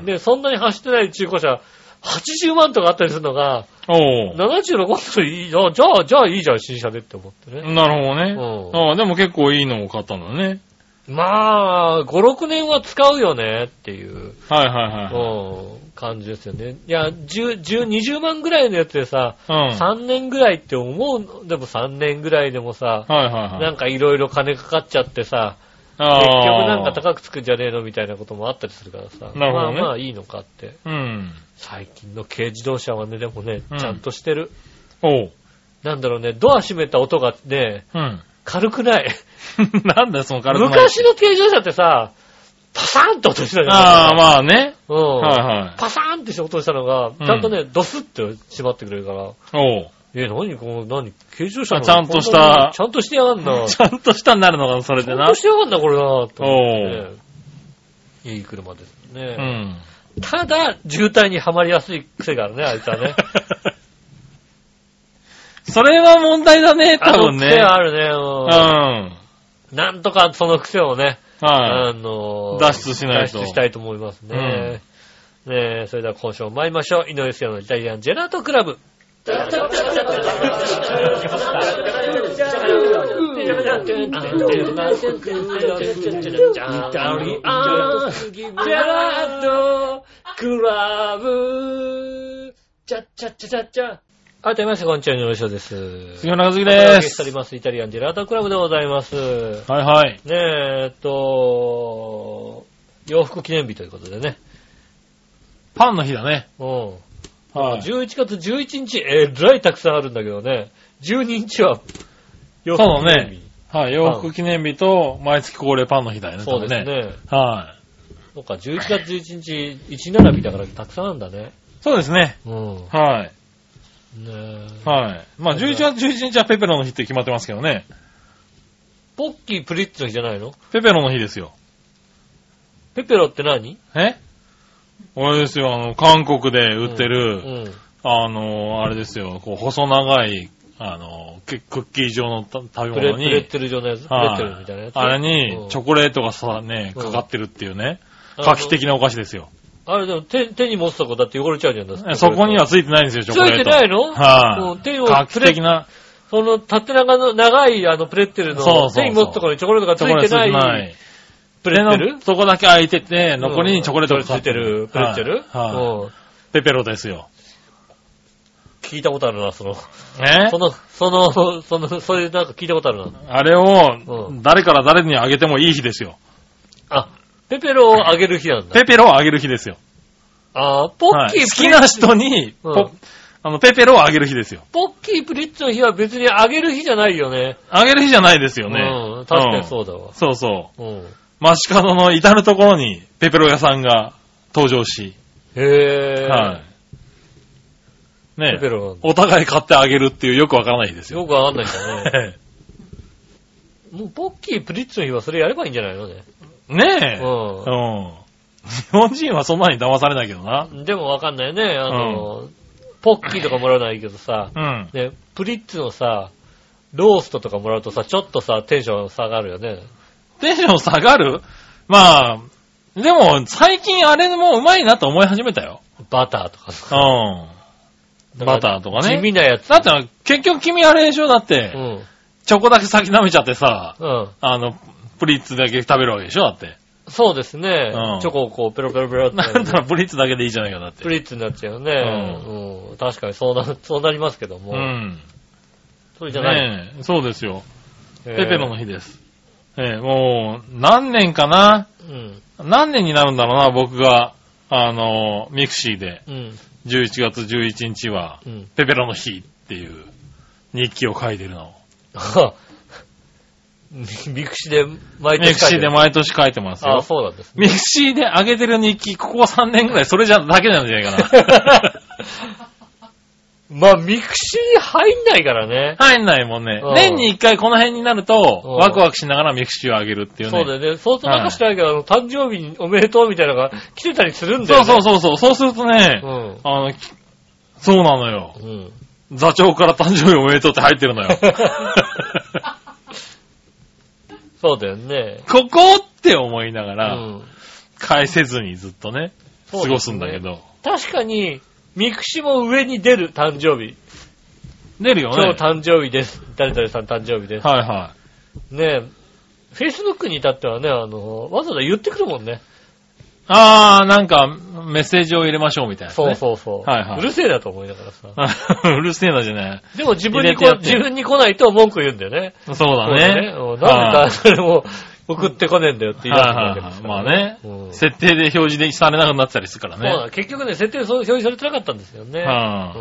うんで、そんなに走ってない中古車、80万とかあったりするのが、いはい。おう。 76万といい、あじゃあ、じゃあいいじゃん、新車でって思ってね。なるほどね。うんああ、でも結構いいのを買ったんだね。まあ、5、6年は使うよねっていう、はいはいはうん、感じですよね。いや、10、10、20万ぐらいのやつでさ、い。うん。 3年ぐらいって思うの、でも3年ぐらいでもさ、はいはいは。ないんかいろいろ金かかっちゃってさ、結局なんか高くつくんじゃねえのみたいなこともあったりするからさ、なるほどねまあまあいいのかって。い。うん。最近の軽自動車はね、でもね、うんちゃんとしてる。おう。なんだろうね、ドア閉めた音がね、うん。軽く ない。なんだよ、その体の。昔の軽自動車ってさ、パサーンって音したじゃん。ああ、まあね。うん。はいはい。パサーンって音したのが、ちゃんとね、ドスって閉まってくれるから、おう。え、何この、何軽自動車あちゃんとしたちゃんとしてやがんな。ち ちゃんとしたになるのかな、それでゃんなと。してやがんな、これな、と思おって。いい車ですうね。ん。ただ、渋滞にはまりやすい癖があるね、あいつはね。それは問題だね、 多分あの癖ね。はあるうん。ねはうん。なんとかその癖をね、い。あのー脱出しないと脱出したいと思いますね。ねえ、それでは今週も参りましょう。井上杉のイタリアンジェラートクラブ。はい、どうもみなさん、こんにちは、井上翔です。杉村和樹お届でけしておりす。ます。イタリアンジェラートクラブでございます。はいはい。ねえ、えっと、洋服記念日ということでね。パンの日だね。うん。はい。 11月11日、えらいたくさんあるんだけどね。12日は洋そうだね日。はい。洋服記念日と、毎月恒例パンの日だよね。そうです多分。ね。はい。そうか、11月11日、1並びだからたくさんあるんだね。そうですね。うん。はい。ねえ。はい。まあ、11月11日はペペロの日って決まってますけどね。ポッキープリッツの日じゃないのペペロの日ですよ。ペペロって何え俺ですよ、あの、韓国で売ってうる、ん。あの、あれですよ、こう、細長い、あの、ククッキー状のたプ食べレ物プレッに、テル状のやつ。プレはッいテルみたいなやつ。あれに、チョこコレートがさ、ね、うんかかってるっていうね、画期的なお菓子ですよ。あれでも手手に持つとこだって汚れちゃうじゃんだって。そこにはついてないんですよ、チつョコレーいト。てないのはうんい。手を画期的な、その縦長の長いあのプレッテルのそうそうそう手に持つところにチョコレートがつチョコレーいトてついてなないい。プレッテルそこだけ空いてて、残りにチョコレートがかかついてるプレッテルはいはいうんペペロですよ。聞いたことあるな、その、ねその、その、その、そういうなんか聞いたことあるな。あれをう、誰から誰にあげてもいい日ですよ。あ、ペペロをあげる日なんだ。ペペロをあげる日ですよ。あ、ポッキーはいプ好きリな人に、うんポあの、ペペロをあげる日ですよ。ポッキープリッツの日は別にあげる日じゃないよね。あげる日じゃないですよね。うん、確かにそううだわん。。そうそう。うん。街角の至るところにペペロ屋さんが登場し、へはぇい。ー。ねペペロお互い買ってあげるっていうよくわからない日ですよよ。くわかんないんだ ね。ねもうポッキープリッツの日はそれやればいいんじゃないのね。え。うんうん。日本人はそんなに騙されないけどな。でもわかんないよね。あの、ポッキーとかもらわないけどさ、うん。ね、プリッツのさ、ローストとかもらうとさ、ちょっとさ、テンション下がるよね。テンション下がるまあ、でも最近あれもうまいなと思い始めたよ。バターとかさ。うん。バターとかね。地味なやつ。だって、結局君あれでしょだって、うん。チョコだけ先舐めちゃってさ、うん。あの、プリッツだけ食べるわけでしょだって。そうですね。うんチョコをこう、ペロペロペロって、なんだろ、プリッツだけでいいじゃないか、だって。プリッツになっちゃうよね。うん。確かにそうな、そうなりますけども。うん。それじゃない。ねえ、そうですよ。ペペペロの日です。ええ、もう、何年かなうん。何年になるんだろうな、僕が、あの、ミクシーで、うん。 11月11日は、うん。 ペペロの日っていう日記を書いてるの。ミクシで毎ミ年クシーでも。毎年書いてますあ、よ。そうなんです。ミクシーで上げてる日記、ここ3年ぐらい、それじゃ、だけなんじゃないかな。 まあ、ミクシー入んないからね。入んないもんねうん。年に一回この辺になると、うんワクワクしながらミクシーをあげるっていうそうだね。よね。そうするとなんかしないけど、あの誕生日におめでとうみたいなのが来てたりするんだそようね。そうそうそう。そうするとね、うあの、きそうなのよ。ん。うん。座長から誕生日おめでとうって入ってるのよ。 そうだよね。ここって思いながうら、ん。返せずにずっとね、そうですね過ごすんだけど。確かに、ミクシも上に出る誕生日。出るよ今日ね。誕生日です。誰々さん誕生日です。はいはねえ。 Facebook に至ってはね、あの、わざわざ言ってくるもんね。あー、なんか、メッセージを入れましょうみたいな、ね。そうそうそう。はいはいうるせえだと思いながらさ。 う。うるせえなじゃない。でも自分に入れてやこ、って自分に来ないと文句言うんだよね。そうだね。そうだねうんなんでか、それも送ってこねえんだよって言い出すわはいけではすい。かまあらねう、ん設定で表示でされなくなってたりするからそうだね。ね、結局ね、設定そう表示されてなかったんですよね。は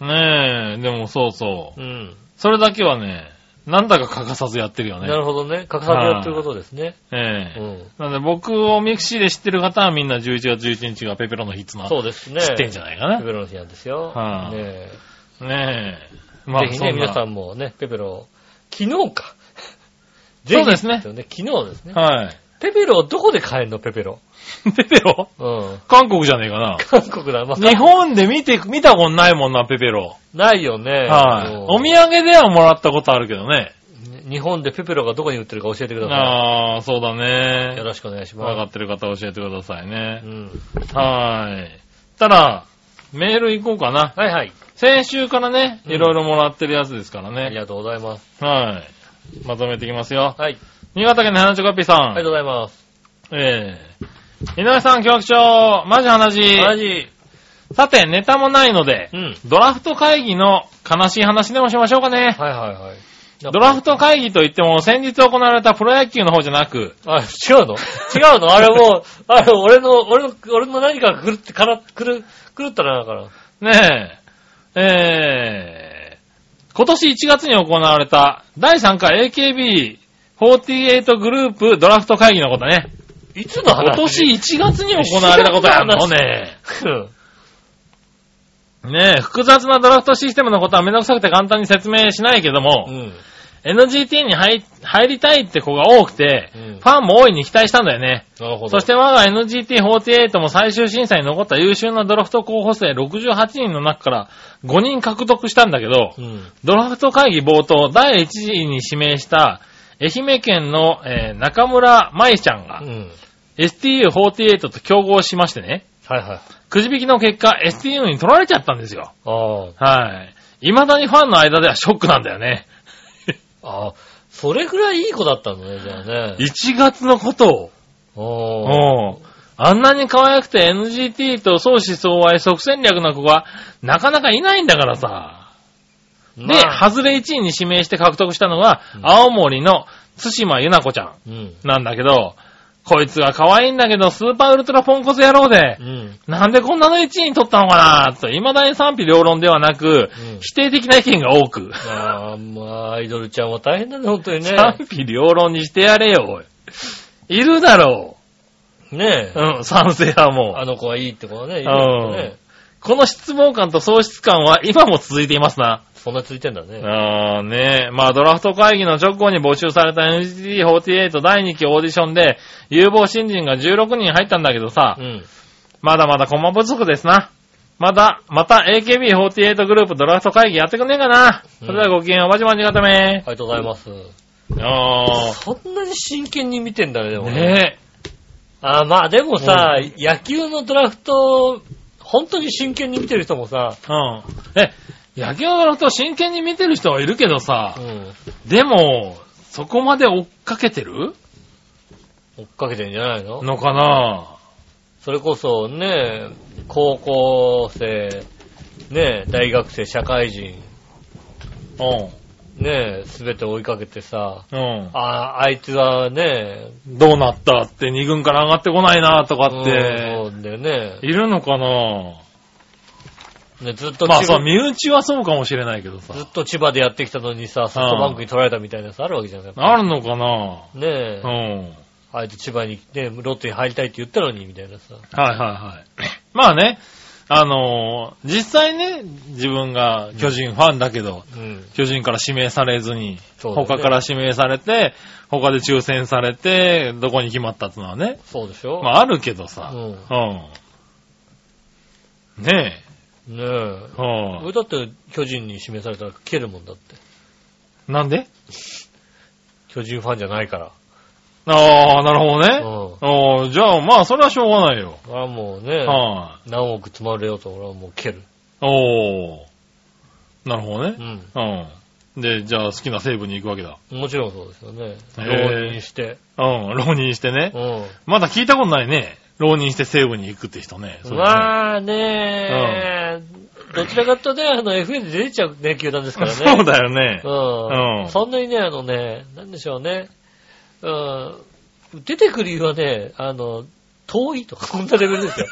あ、ねえ、でもそうそうう。ん。それだけはね、なんだか欠かさずやってるようん。なね。るほどね。隠さずやってることですね。ええうん。なんで僕をミクシーで知ってる方はみんな11月11日がペペロの日つな、そうですね。知ってんじゃないかペペロの日なんですよ。はあねえな。ねえ。まあ、ぜひね、そんな皆さんもね、ペペロ、昨日か。 そうですねぜひ昨日ですね。はい。 ペペロ、どこで買えるのペペロ。ペペロうん。韓国じゃねえかな。韓国だ。まあ、日本で見て、見たことないもんな、ペペロ。ないよね。はい。うんお土産ではもらったことあるけどね。日本でペペロがどこに売ってるか教えてくださああ、そうだい。よね。ろしくお願いします。わかってる方教えてくださいねう。ん。はい。たら、メール行こうかな。はいはい。先週からね、うんいろいろもらってるやつですからありね。がとうございます。はい。まとめていきますよ。はい。新潟県の花ちょかっぴーさん。ありがとうございます。ええ井上さん、教育長、マジ話。同じ。さて、ネタもないので、うん。ドラフト会議の悲しい話でもしましょうかね。はいはいはい。ドドラフト会議といっても、先日行われたプロ野球の方じゃなく、あ、違うの違うのあれもう、 あれ、俺の、俺の、俺の何かが狂って、から、狂、狂ったな、だから。ねえ、えー、今年1月に行われた第3回 AKB48 グループドラフト会議のことね。いつの話今年1月に行われたことやんのね。うんねえ、複雑なドラフトシステムのことはめんどくさくて簡単に説明しないけども、うん。 NGT に入入りたいって子が多くて、うんファンも大いに期待したんだよね。なるほど。そして我が NGT48 も最終審査に残った優秀なドラフト候補生68人の中から5人獲得したんだけど、うん。ドラフト会議冒頭第1次に指名した愛媛県の、えー中村舞ちゃんうがん。 STU48 と競合しましてね、はいはい。くじ引きの結果 STU に取られちゃったんですよ。ああ。はい。未だにファンの間ではショックなんだよね。ああ。それぐらいいい子だったんだね、じゃあね。 1月のことを。おー。うん。あんなに可愛くて NGT と相思相愛即戦略な子がなかなかいないんだからさ。で、まあハズレ1位に指名して獲得したのがう、ん青森の津島ゆな子ちゃうん。んなんだけど、こいつが可愛いんだけど、スーパーウルトラポンコツ野郎でう、ん。なんでこんなの1位に取ったのかなと、未だに賛否両論ではなく、うん否定的な意見が多く、ああ、まあ、アイドルちゃんは大変だね、本当にね。賛否両論にしてやれよ、おい。いるだろねう。え。うん、賛成派も。あの子はいいって子はね、いいうんね。この失望感と喪失感は今も続いていますな。そんなついてんだね。ああねえ。まあドラフト会議の直後に募集された NGT48 第2期オーディションで有望新人が16人入ったんだけどさ、うん。まだまだ駒不足ですな。まだ、また AKB48 グループドラフト会議やってくんねえかな。うんそれではご機嫌おばじまじがためあ。りがとうございます。ああ。そんなに真剣に見てんだね、でもね。ねああ、まあでもさ、野球のドラフト、本当に真剣に見てる人もさ、え。うん。え、野球のドラフトを真剣に見てる人はいるけどさう、ん。でも、そこまで追っかけてる追っかけてんじゃないののかなそれこそね、高校生、ね、大学生、社会人、うね、すべて追いかけてさ、ん。うん。あ、あいつはね、どうなったって二軍から上がってこないなとかっうて、んそうだよね。いるのかなねずっとまあ千そ葉、う、身内はそうかもしれないけどさず。っと千葉でやってきたのにさ、ソフトバンクに取られたみたいなやつあるわけじゃないあるのかなねえ、うん。はいあいつ千葉に、ね、ロッテに入りたいって言ったのに、みたいなさ。はいはい。まあね、あのー実際ね、自分が巨人ファンだけど、うん。巨人から指名されずに、そうだね他から指名されて、他で抽選されて、どこに決まったってのはね、そうでしょまああるけどさ、うんうん。ねねえ。え、うん俺だって巨人に指名されたら蹴るもんだって。なんで巨人ファンじゃないから。ああ、なるほどね。うん。おーじゃあ、まあ、それはしょうがないよ。俺はもうね、は何億積まれようと俺はもう蹴る。い。おー。なるほうどね。ん。うん。で、じゃあ好きな西部に行くわけだ。もちろんそうですよね。へー浪人して。うん、浪人してねう。ん。まだ聞いたことないね。浪人して西部に行くって人ね。そうだまあねねどちらかというとね、あの FA で出ちゃうね、球団ですからね。 そうだよね。ううんんそんなにね、あのね、なんでしょうね。うん。出てくる理由はね、あの、遠いとか、こんなレベルです よ。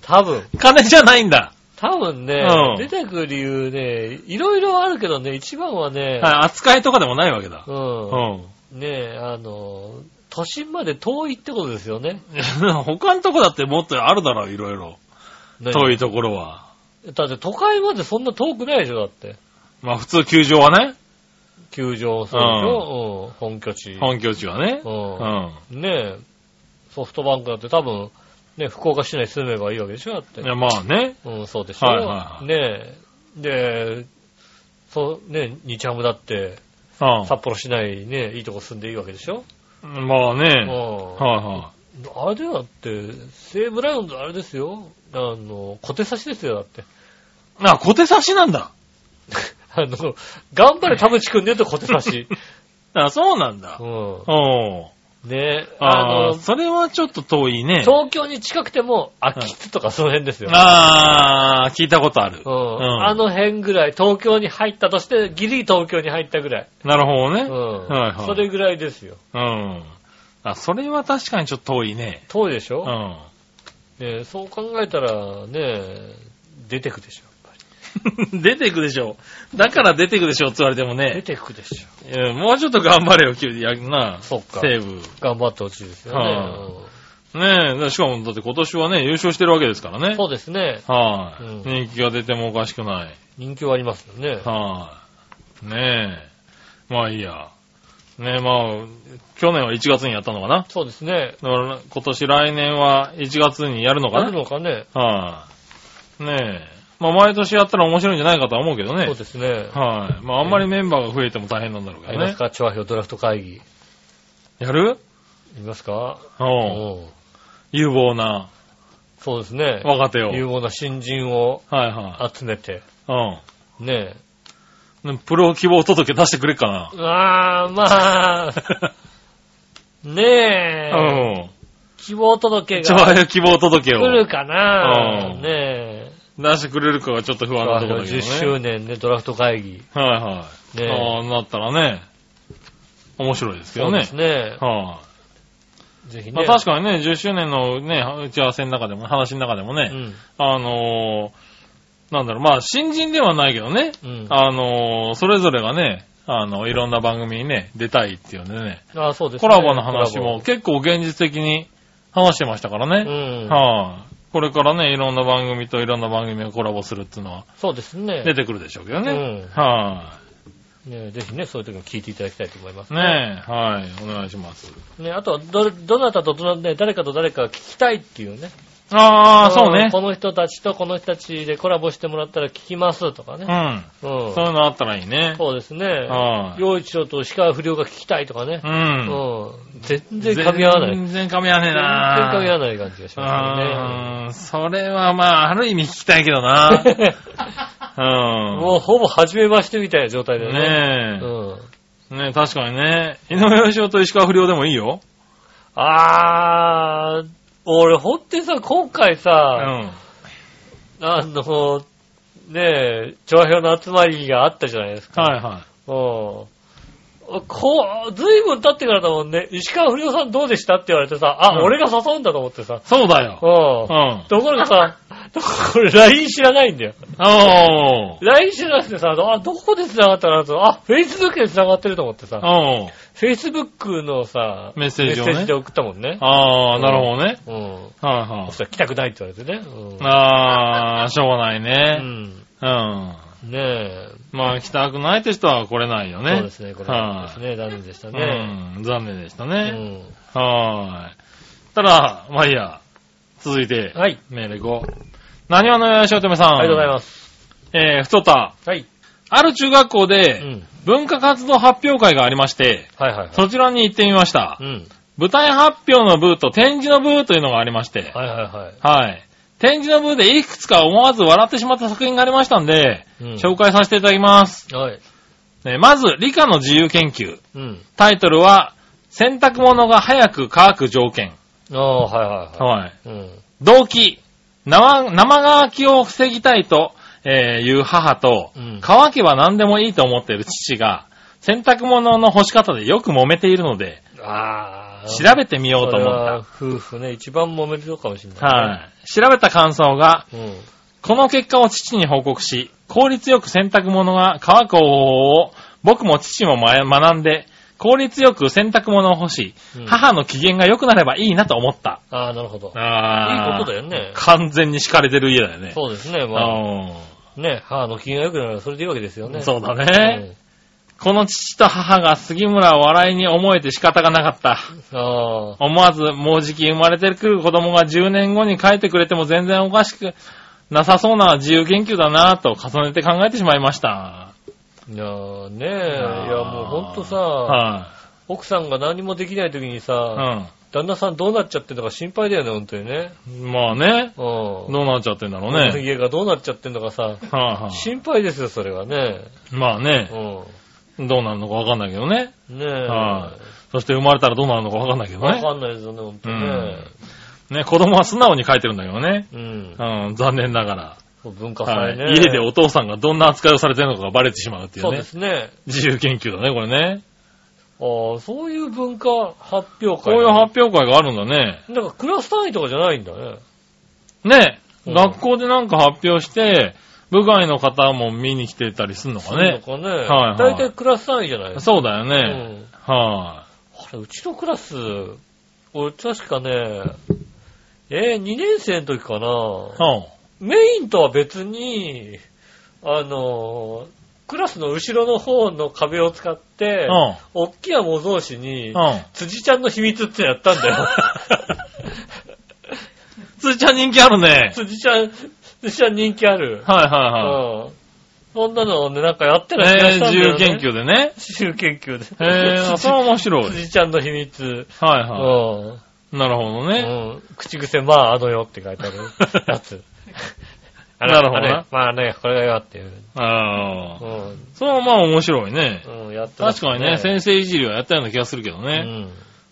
多分。金じゃないんだ。多分ね、うん出てくる理由ね、いろいろあるけどね、一番はね、はい扱いとかでもないわけだ。う。うんん。ねあの、都心まで遠いってことですよね。 他のとこだってもっとあるだろう、いろいろ。ね遠いところは。だって都会までそんな遠くないでしょ、だって。まあ普通球場はね、球場、そうでしょ、うん、本拠地。本拠地はね。う。うんん。ねえ、ソフトバンクだって多分、ね、福岡市内に住めばいいわけでしょだってい。や、まあね。うん、そうでしょ。はいはいはいねえ。で、そう、ね、日ハムだって、う札幌市内ね、いいとこ住んでいいわけでしょん。まあうね。ん。はいはあれだって、西武ライオンズあれですよ。あの、小手差しですよ、だって。い。あ、小手差しなんだ。あの、頑張れ田淵くんで言うと小手差 し。あ、そうなんだう。ん。うん。ねあああ、の、それはちょっと遠いね。東京に近くても、秋津とかその辺ですよ。ああ、聞いたことある。うんうんあの辺ぐらい、東京に入ったとして、ギリ東京に入ったぐらい。なるほどうんね。はいはいそれぐらいですよ。うん。あ、それは確かにちょっと遠いね。遠いでしうょ、ん。ねえそう考えたら、ね出てくでしょ。やっ 出てくでしょ。だから出てくでしょって言われてもぱり出ね。てくでしょ。うんもうちょっと頑張れよ、キュウリ。やな、そっか。西武。頑張ってほしいですよはね。ねえ、しかもだって今年はね、優勝してるわけですからうんね。そうですね。はい、うん人気が出てもおかしくない。人気はありますよね。はい、ねえ。まあいいや。ねえ、まあ、去年は1月にやったのかな。そうですね。だから今年来年は1月にやるのかあな。るのかね。はい、ねえ。まあ毎年やったら面白いんじゃないかとは思うけどね。そうですね。はい、まああんまりメンバーが増えても大変なんだろうけありどますね。か調和票ドラフト会議。やるいますかうん。うん有望なそうですね。若手を。有望な新人をはいは集めて、い。ねうん。プロ希望届出してくれっかなえ。。あー、まあ、ねえ、うん。希望届ちがょ希望届来をるかな、うんねえ。出してくれるかがちょっと不安なところだけどね。 10周年ね、ドラフト会議。はいはい。ねえああ、なったらね、面白いですけそうどでねす。ね。はぜひい。まね。あ確かにね、10周年のね、打ち合わせの中でも、話の中でもね、うん。あのーなんだろう、まあ新人ではないけどね、うん。あのーそれぞれがね、あの、いろんな番組にね、出たいっていうんでね、あそうですねコラボの話も。結構現実的に話してましたからコラボうね。ん。はい、これからね、いろんな番組といろんな番組がコラボするっていうのはそうですね。出てくるでしょうけどね。うんはねぜひね、そういう時も聞いていただきたいと思いますい、ねえ、はい、お願いします。ねあとは、ど、どなたとどな、ね、誰かと誰かが聞きたいっていうね。ああ、そうね。この人たちとこの人たちでコラボしてもらったら聞きますとかうね。ん。うん。そういうのあったらいいね。そうですね。はい洋一郎と石川不良が聞きたいとかねう。。うんん。全然噛み合わない。全全然噛み合わねえ然な噛み合わねない感じがしまうん、それはまあ、ある意味聞きたいけど なす。よね。うん。もうほぼ初めましてみたいな状態だよね。ねうん。え。ねえ、確かにね。井上芳雄と石川不良でもいいよ。あー、俺ほんとにさ、今回うさ、ん。あの、ねえ、調和票の集まりがあったじゃないですか。はいはうん。こう、ずいぶん経ってからだもんね、石川不良さんどうでしたって言われてさ、あ、うん俺が誘うんだと思ってさ、い。そうだよう。んう。ん。ところがさ、これ LINE 知らないんだよ。おー。 LINE 知らなくてさ、あ、どこで繋がったのかなと、あ、Facebook で繋がってると思ってさ、おー。 Facebook のさ、メッセージをメねッセージで送ったもんね。ああ、なるほどね。うん。はいはそしたら来たくないって言われてね。い。ああ、しょうがないうん。うね。ん。うん。ねえ。まあ、来たくないって人は来れないよね。そうですね、これはですね、残念でしたね。うん、残念でしたうね。ん。はーい。ただ、まあいいや。続いて、はい。メール5。何話のよしおとめさん。ありがとうございす。ます。えー、ふとた。はい。ある中学校うで、ん。文化活動発表会がありまして、はいはいはい。そちらに行ってみましたう。ん。舞台発表の部と展示の部というのがありまして、はいはいはい。はい。展示の部でいくつか思わず笑ってしまった作品がありましたんで、うん紹介させていただきます。はい。ねまず、理科の自由研究。うん。タイトルは、洗濯物が早く乾く条件。ああ、はいははい。いはい。うん。動機。生生乾きを防ぎたいと、えーいう母と、うん乾けば何でもいいと思っている父が、洗濯物の干し方でよく揉めているので、ああ。調べてみようそと思れはっ夫婦ね、一番揉めるのかもしれた。なはい。調べた感想が、い。うん。この結果を父に報告し、効率よく洗濯物が乾く方法を僕も父もま学んで、効率よく洗濯物を干し、うん母の機嫌が良くなればいいなと思った。ああ、なるほど。あいいことだよね完全に敷かれてる家だよね。そうですね。まああ、ね、歯の機嫌が良くなるそれでいいわけですよーね。そうだね。この父と母が杉村を笑いに思えて仕方がなかった。うん。ああ。思わずもうじき生まれてくる子供が10年後に帰ってくれても全然おかしくなさそうな自由研究だなぁと重ねて考えてしまいました。いやーねえ、いあーやもうほんとさ、は奥さんが何もできない時にい、さ、旦那さんどうなっちゃってんだか心配だよね、ほんとにね。うん。まあね、うん。どうなっちゃってんだろう僕のね。家がどうなっちゃってんだかさ、はいはい心配ですよ、それはね。まあね、うどうなるのかわかんないけどね。ん。ねえ。はいそして生まれたらどうなるのかわかんないけどわね。かんないですよね、ほんとね。ね、子供は素直に書いてるんだけどね。うん。うん、残念ながら。文化祭ね。はい家でお父さんがどんな扱いをされてるのかがバレてしまうっていうそうねで。すね。自由研究だね、これね。ああ、そういう文化発表こ会。ういう発表会があるんだね。なんかクラス単位とかじゃないんだね。ね、うん学校でなんか発表して、部外の方も見に来てたりするのかね。そうなのかね。はいはい大体クラス単位じゃないそうだようね。ん。はあれ、うちのクラス、俺確かね、えー、2年生の時かい、な。はあ。メインとは別に、あのー、クラスの後ろの方の壁を使って、うん大きな模造紙に、うん。辻ちゃんの秘密ってやったんだよ。つーちゃん人気あるね。 辻ちゃん、辻ちゃん人気ある。はいはうん。そんなのをね、なんかやっていはらっしゃい。っえー、たん自だよ、由ね。研究でね。 自由研究で。えー、あそれは面白い。辻ちゃんの秘密。はいうんは。い。なるほどうね。ん。口癖、まあ、あのよって書い てあるやつ。あれなるほどあれな。まあね、これがよっていう。あうあ。ん。それはまあ面白いね。うん、やってま確すかにね、先生いじりはやったような気がするけどうね。ん。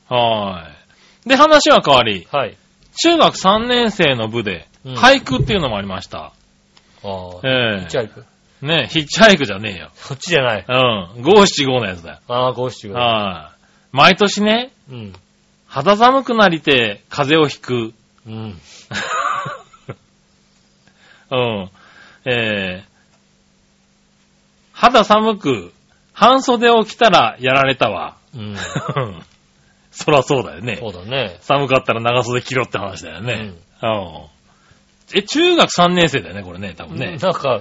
はーい。で、話は変わり、はい。中学3年生の部で、うん俳句っていうのもありました。ああ。ええじゃあ行く。ね、ヒッチハイクじゃねえよ。そっちじゃない。うん。五七五のやつだよ。ああ、五七五。はい。毎年ね、うん。肌寒くなりて風邪をひく。 うん。うん。ええ肌寒く、半袖を着たらやられたわ。 うん。うんそらそうだよね。そうだね。寒かったら長袖着ろって話だよね。うん。え、中学3年生だよね、これね、多う分ん。ね。なんか、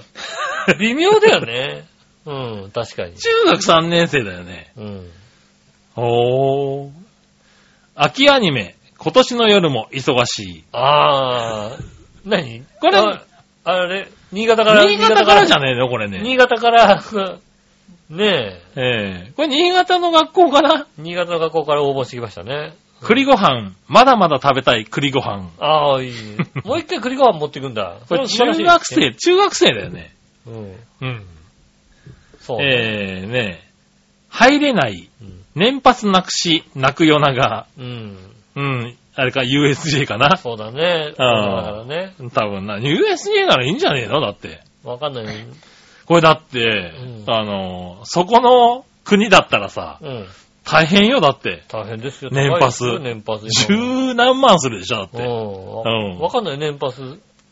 微妙だよね。うん、確かに。中学3年生だよね。うん。おー。秋アニメ、今年の夜も忙しい。あー、何これああれ、新潟から。新潟からじゃん。ねえの、これね。新潟から、 ねえ、ええこれ新潟の学校かな新潟の学校から応募してきましたね。栗ご飯、まだまだ食べたい栗ご飯。ああ、い い。もう一回栗ご飯持っていくんだ。これ中そ学素晴らしい生、中学生だよね。うん。うん。そう。ええねえ入れない、うん年発なくし、泣く夜長。うん。うん。あれか、USJ かな。そうだね。だあからね。多分な。USJ ならいいんじゃねえのだって。わかんない。これだって、うんあの、そこの国だったらさ、うん。大変よ、だって。大変ですよ。年パス高いですよ年パス今。十何万するでしょ、だっうて。ん。うんわかんない、年パス。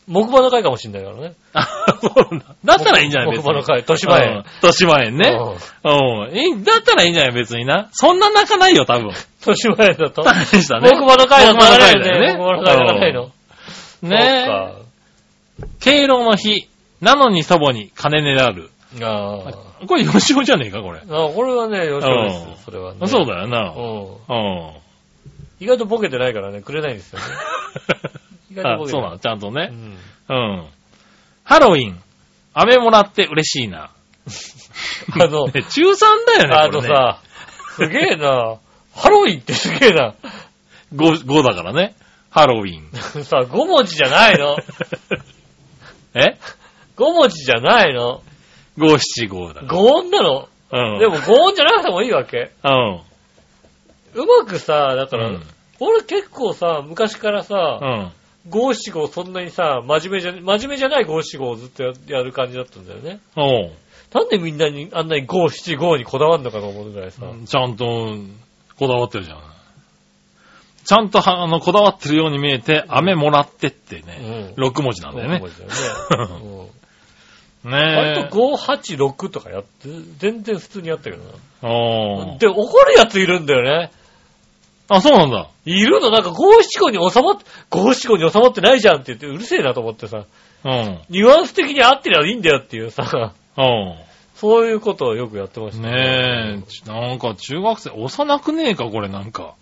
木馬の会かもしんないからね。あ そうなんだ。だったらいいんじゃない木馬の会、別年に前。うん。豊島園ね。うんうん。いいだったらいいんじゃない別にな。そんな泣かないよ、多分。年前だと。大変したね。僕もの会の木馬の流会れだよね。僕もの会の流れの。うんねえ。敬老の日。なのに祖母に金ねだる。え。あこれ吉尾じゃねえか、これ。あ。あこれはね、よしおうでんす。それはね。そうだよな。うん。うん。意外とボケてないからね、くれないん ですよね。意外とあボケてそうなの、ちゃんとうね。ん。うん。ハロウィン。飴もらって嬉しいな。あ のね中3だあよね、とこれね。さ、すげえな。ハロウィンってすげえな。 5、5だからね。ハロウィン。さ、5文字じゃない の。え 5文字じゃないの。 ?5、7、5だから。 5音なの。うん。でも、5音じゃなくてもいいわけ。うん。うまくさ、だから、うん俺結構さ、昔からうさ、ん。五七五そんなにさ、真面目じゃ、真面目じゃない五七五をずっとややる感じだったんだよね。おうなんでみんなにあんなに五七五にこだわるのかと思うぐらいさ。ちゃんと、こだわってるじゃん。ちゃんとは、あの、こだわってるように見えて、飴もらってってね、うん6文字なんだよねそう。だよねうん割 ねえ。と586とかやって、全然普通にやったけどおな。うで、怒るやついるんだよね。あ、そうなんだ。いるのなんか575に収まって、575に収まってないじゃんって言って、うるせえなと思ってさ、うん。ニュアンス的に合ってりゃいいんだよっていうさ、 おうそういうことをよくやってましたねえ、ちなんか中学生、幼くねえか、これなんか。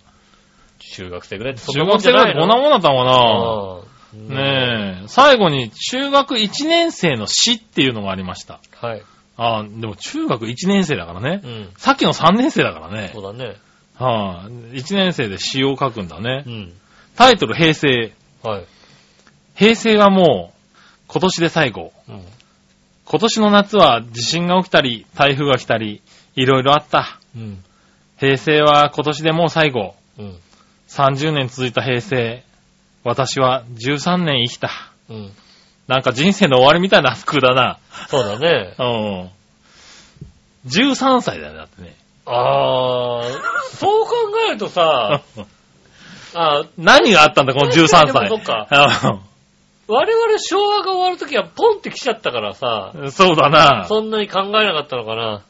中学生ぐらいってそん中なもん学じ生ゃぐらないいこんなもんだったのかんな。ねえ、最後に中学1年生の死っていうのがありました。え。はい。ああ、でも中学1年生だからねう。ん。さっきの3年生だからねそ。うだね。はあ、1年生で詩を書くんだねう。ん。タイトル平成。はい。平成はもう、今年で最後。うん。今年の夏は地震が起きたり、台風が来たり、いろいろあった。うん。平成は今年でもう最後。うん。 30年続いた平成。私は13年生きた。うん。なんか人生の終わりみたいな服だな。そうだね。うん。13歳だよね、だってね。あー、そう考えると さ、あー何があったんだ、この13で 歳。もそっか。我々昭和が終わるときはポンって来ちゃったからさ、そうだな。そんなに考えなかったのかな。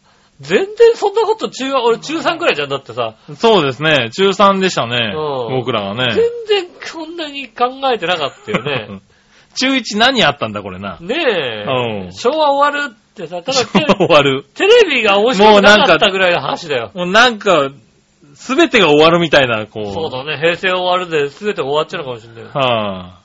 全然そんなこと中和、俺中3くらいじゃんだってさ、そうですね。中3でしたね。うん僕らが全ね。然そんなに考えてなかったよね。 中1何あったんだ、これな。ねえ、うん昭和終わるってさ、ただテレ 終わる。テレビが面白くなかったぐらいの話だよ。もうなんか、すべてが終わるみたいな、こう。そうだね、平成終わるで全て終わっちゃうのかもしれない。は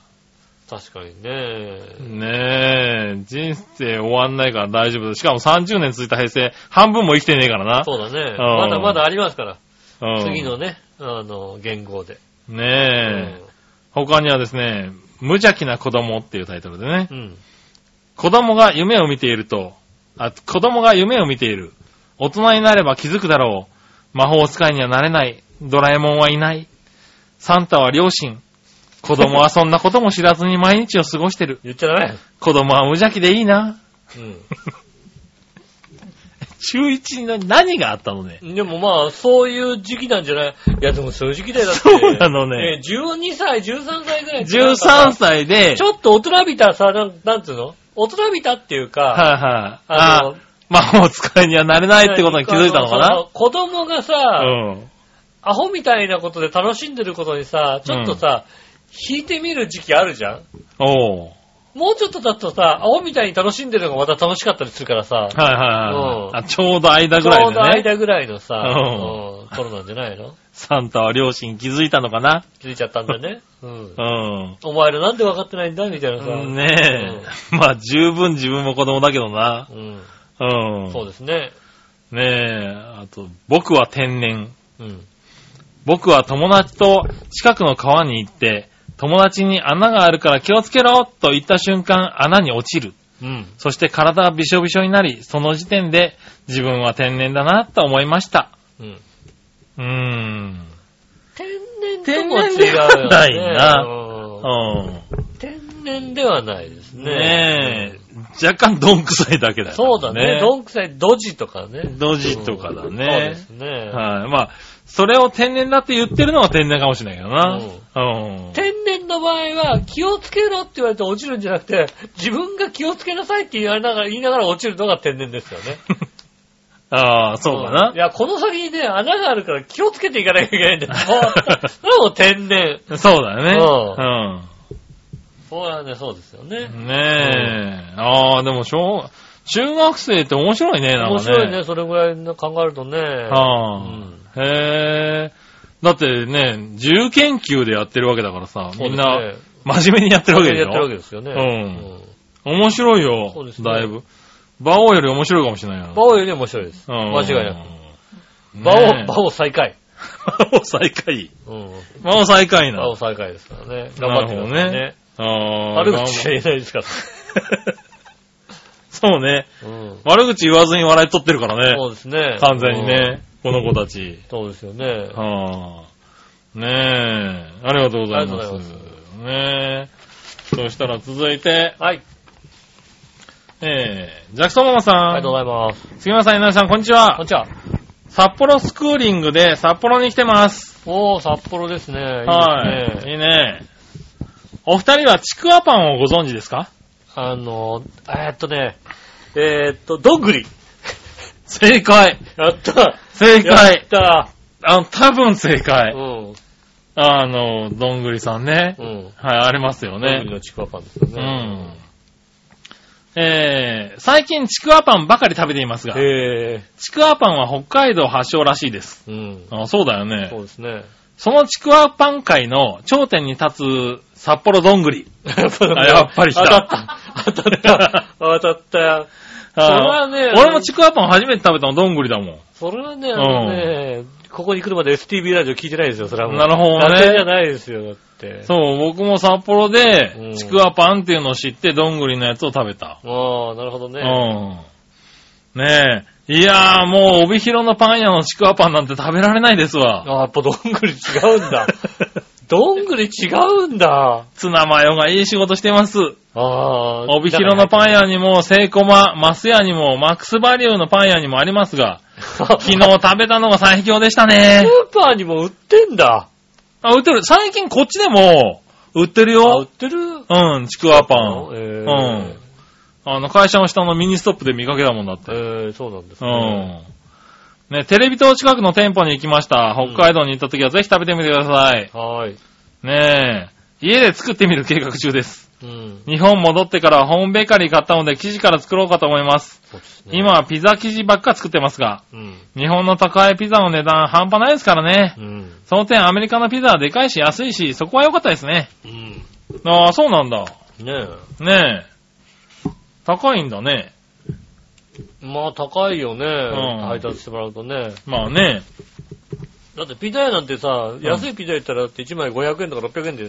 確かにね。あ、ねえ、人生終わんないから大丈夫だ。しかも30年続いた平成、半分も生きてねえからな。そうだね。うんまだまだありますから。うん次のね、あの、言語で。ねえ、他にはですね、無邪気な子供っていうタイトルでねう。ん。子供が夢を見ていると、あ、子供が夢を見ている。大人になれば気づくだろう。魔法使いにはなれない。ドラえもんはいない。サンタは両親。子供はそんなことも知らずに毎日を過ごしてる。言っちゃダメ。子供は無邪気でいいな。う中1の何があったのね。ん。でもまあ、そういう時期なんじゃないいや、でもそういう時期だよ。だってそうなのえね12歳、13歳ぐらい。 13。歳で、ちょっと大人びたさ、なん、なんつうの大人びたっていうか、はいはい。ああの、魔法使いにはなれないってことに気づいたのあそかうなそう子供がさ、うん。アホみたいなことで楽しんでることにさ、ちょっとさ、引いてみる時期あるじゃんおうもうちょっとだとさ、アホみたいに楽しんでるのがまた楽しかったりするからさ、はいはいはうい。んあちょうど間ちぐらいでょね。うど間ぐらいのさ、うんうん頃なんじゃないのサンタは両親気づいたのかな気づいちゃったんだよね。うんう。ん。お前らなんで分かってないんだみたいなさ。うんねえ。まあ十分自分も子供だけどな。うん。うん。そうですね。ねえ。あと、僕は天然。うん。僕は友達と近くの川に行って、友達に穴があるから気をつけろと言った瞬間穴に落ちる。うん。そして体はびしょびしょになり、その時点で自分は天然だなと思いました。うん。うーん。天然とも違うよ、ね。天然ではないなうんうん。天然ではないですね。ねえ。若干どんくさいだけうだよんそうだね。どんくさい、ドジとかね。ドジとかだねうんそうですね。はい。まあ、それを天然だって言ってるのは天然かもしれないけどな。うん。天然の場合は、気をつけろって言われて落ちるんじゃなくて、自分が気をつけなさいって言われながら、言いながら落ちるのが天然ですよね。ああ、そうかいや、この先にね、穴があるから気をつけていかなきゃいけないん だよ。それはもう天然。な。そうだよね。そうなんだ、そうですようね。ん。ねえ。ああ、でも小、中学生って面白いね、なんかね。面白いね、それぐらいの考えるとね。あうあん。へえ。だってね、自由研究でやってるわけだからさ、そうみですねんな真面目にやってるわけでしやってるわけょ。ですよね。うん面白いよそうです、ねだいぶ。馬王より面白いかもしれないよ。馬王より面白いです。うん間違いなく。馬王、ねえ馬王最下位。魔王最下位。うん。魔王最下位馬な王。最下位ですからね。頑張ってくださいなるね。ああ悪口は言えないですから。 そうね。うん。悪口言わずに笑い取ってるからそね。うですね。完全にね。この子たち。うん。そうですよね。はあ。ねえ。ありがとうございまありがとうござすい。ねえ。そしたら続いて、はい。えー、ジャクソンママさん。ありがとうございます。杉村さん、稲田さん、こんにちこんはに。ちは。札幌スクーリングで札幌に来てます。おー、札幌ですね。はいいですい。ねいいね。お二人はちくわパンをご存知ですかあの、えーっとね、えーっと、どんぐり。正解。やった。や正っ解。た。あの、多分正解う。ん。あの、どんぐりさんねう。ん。はい、ありますよどんぐねり。のちくわパンですようねん。。えー、最近ちくわパンばかり食べていますが、へちくわパンは北海道発祥らしいです。ぇー。うん。あそうだよねそ。うですね。そのちくわパン界の頂点に立つ札幌どんぐり。 あやっぱり来た当たった。 当たった。当たったよ。それはねあ俺もちくわパン初めて食べたのどんぐりだもん。それはね、あのね、ここに来るまで STB ラジオ聞いてないですよ、それはもう。なるほどね当てじゃないですよ、だって。そう、僕も札幌うでん、ちくわパンっていうのを知って、どんぐりのやつを食べた。ああ、なるほどね。うん。ねえ。いやー、もう、帯広のパン屋のちくわパンなんて食べられないですわ。ああ、やっぱどんぐり違うん だ。どんぐり違うんだ。ツナマヨがいい仕事してます。ああ。帯広のパン屋にも、セイコマ、マス屋にも、マックスバリューのパン屋にもありますが、昨昨日。日食べたのが最強でしたスね。ーパーにも売ってんだ。あ、売ってる。最近こっちでも、売ってるあ、売っよ。てるうん、ちくわパン。えうー、ん。あの、会社の下のミニストップで見かけたもんだって。えー、そうなんですうね。ん。ね、テレビ塔近くの店舗に行きました。北海道に行った時はぜひ食べてみてください。はーい。ねえ。家で作ってみる計画中です。うん。日本戻ってからホームベーカリー買ったので生地から作ろうかと思います。そうですね。今はピザ生地ばっか作ってますが、うん。日本の高いピザの値段半端ないですからねう。ん。その点アメリカのピザはでかいし安いし、そこは良かったですね。うん。ねああ、そうなんだ。え。ねえ。高いんだね。まあ、高いよね。ん配達してもらうとね。まあね。 だってピザ屋なんてさ、安いピザ屋行ったらだって1枚500円とか600円で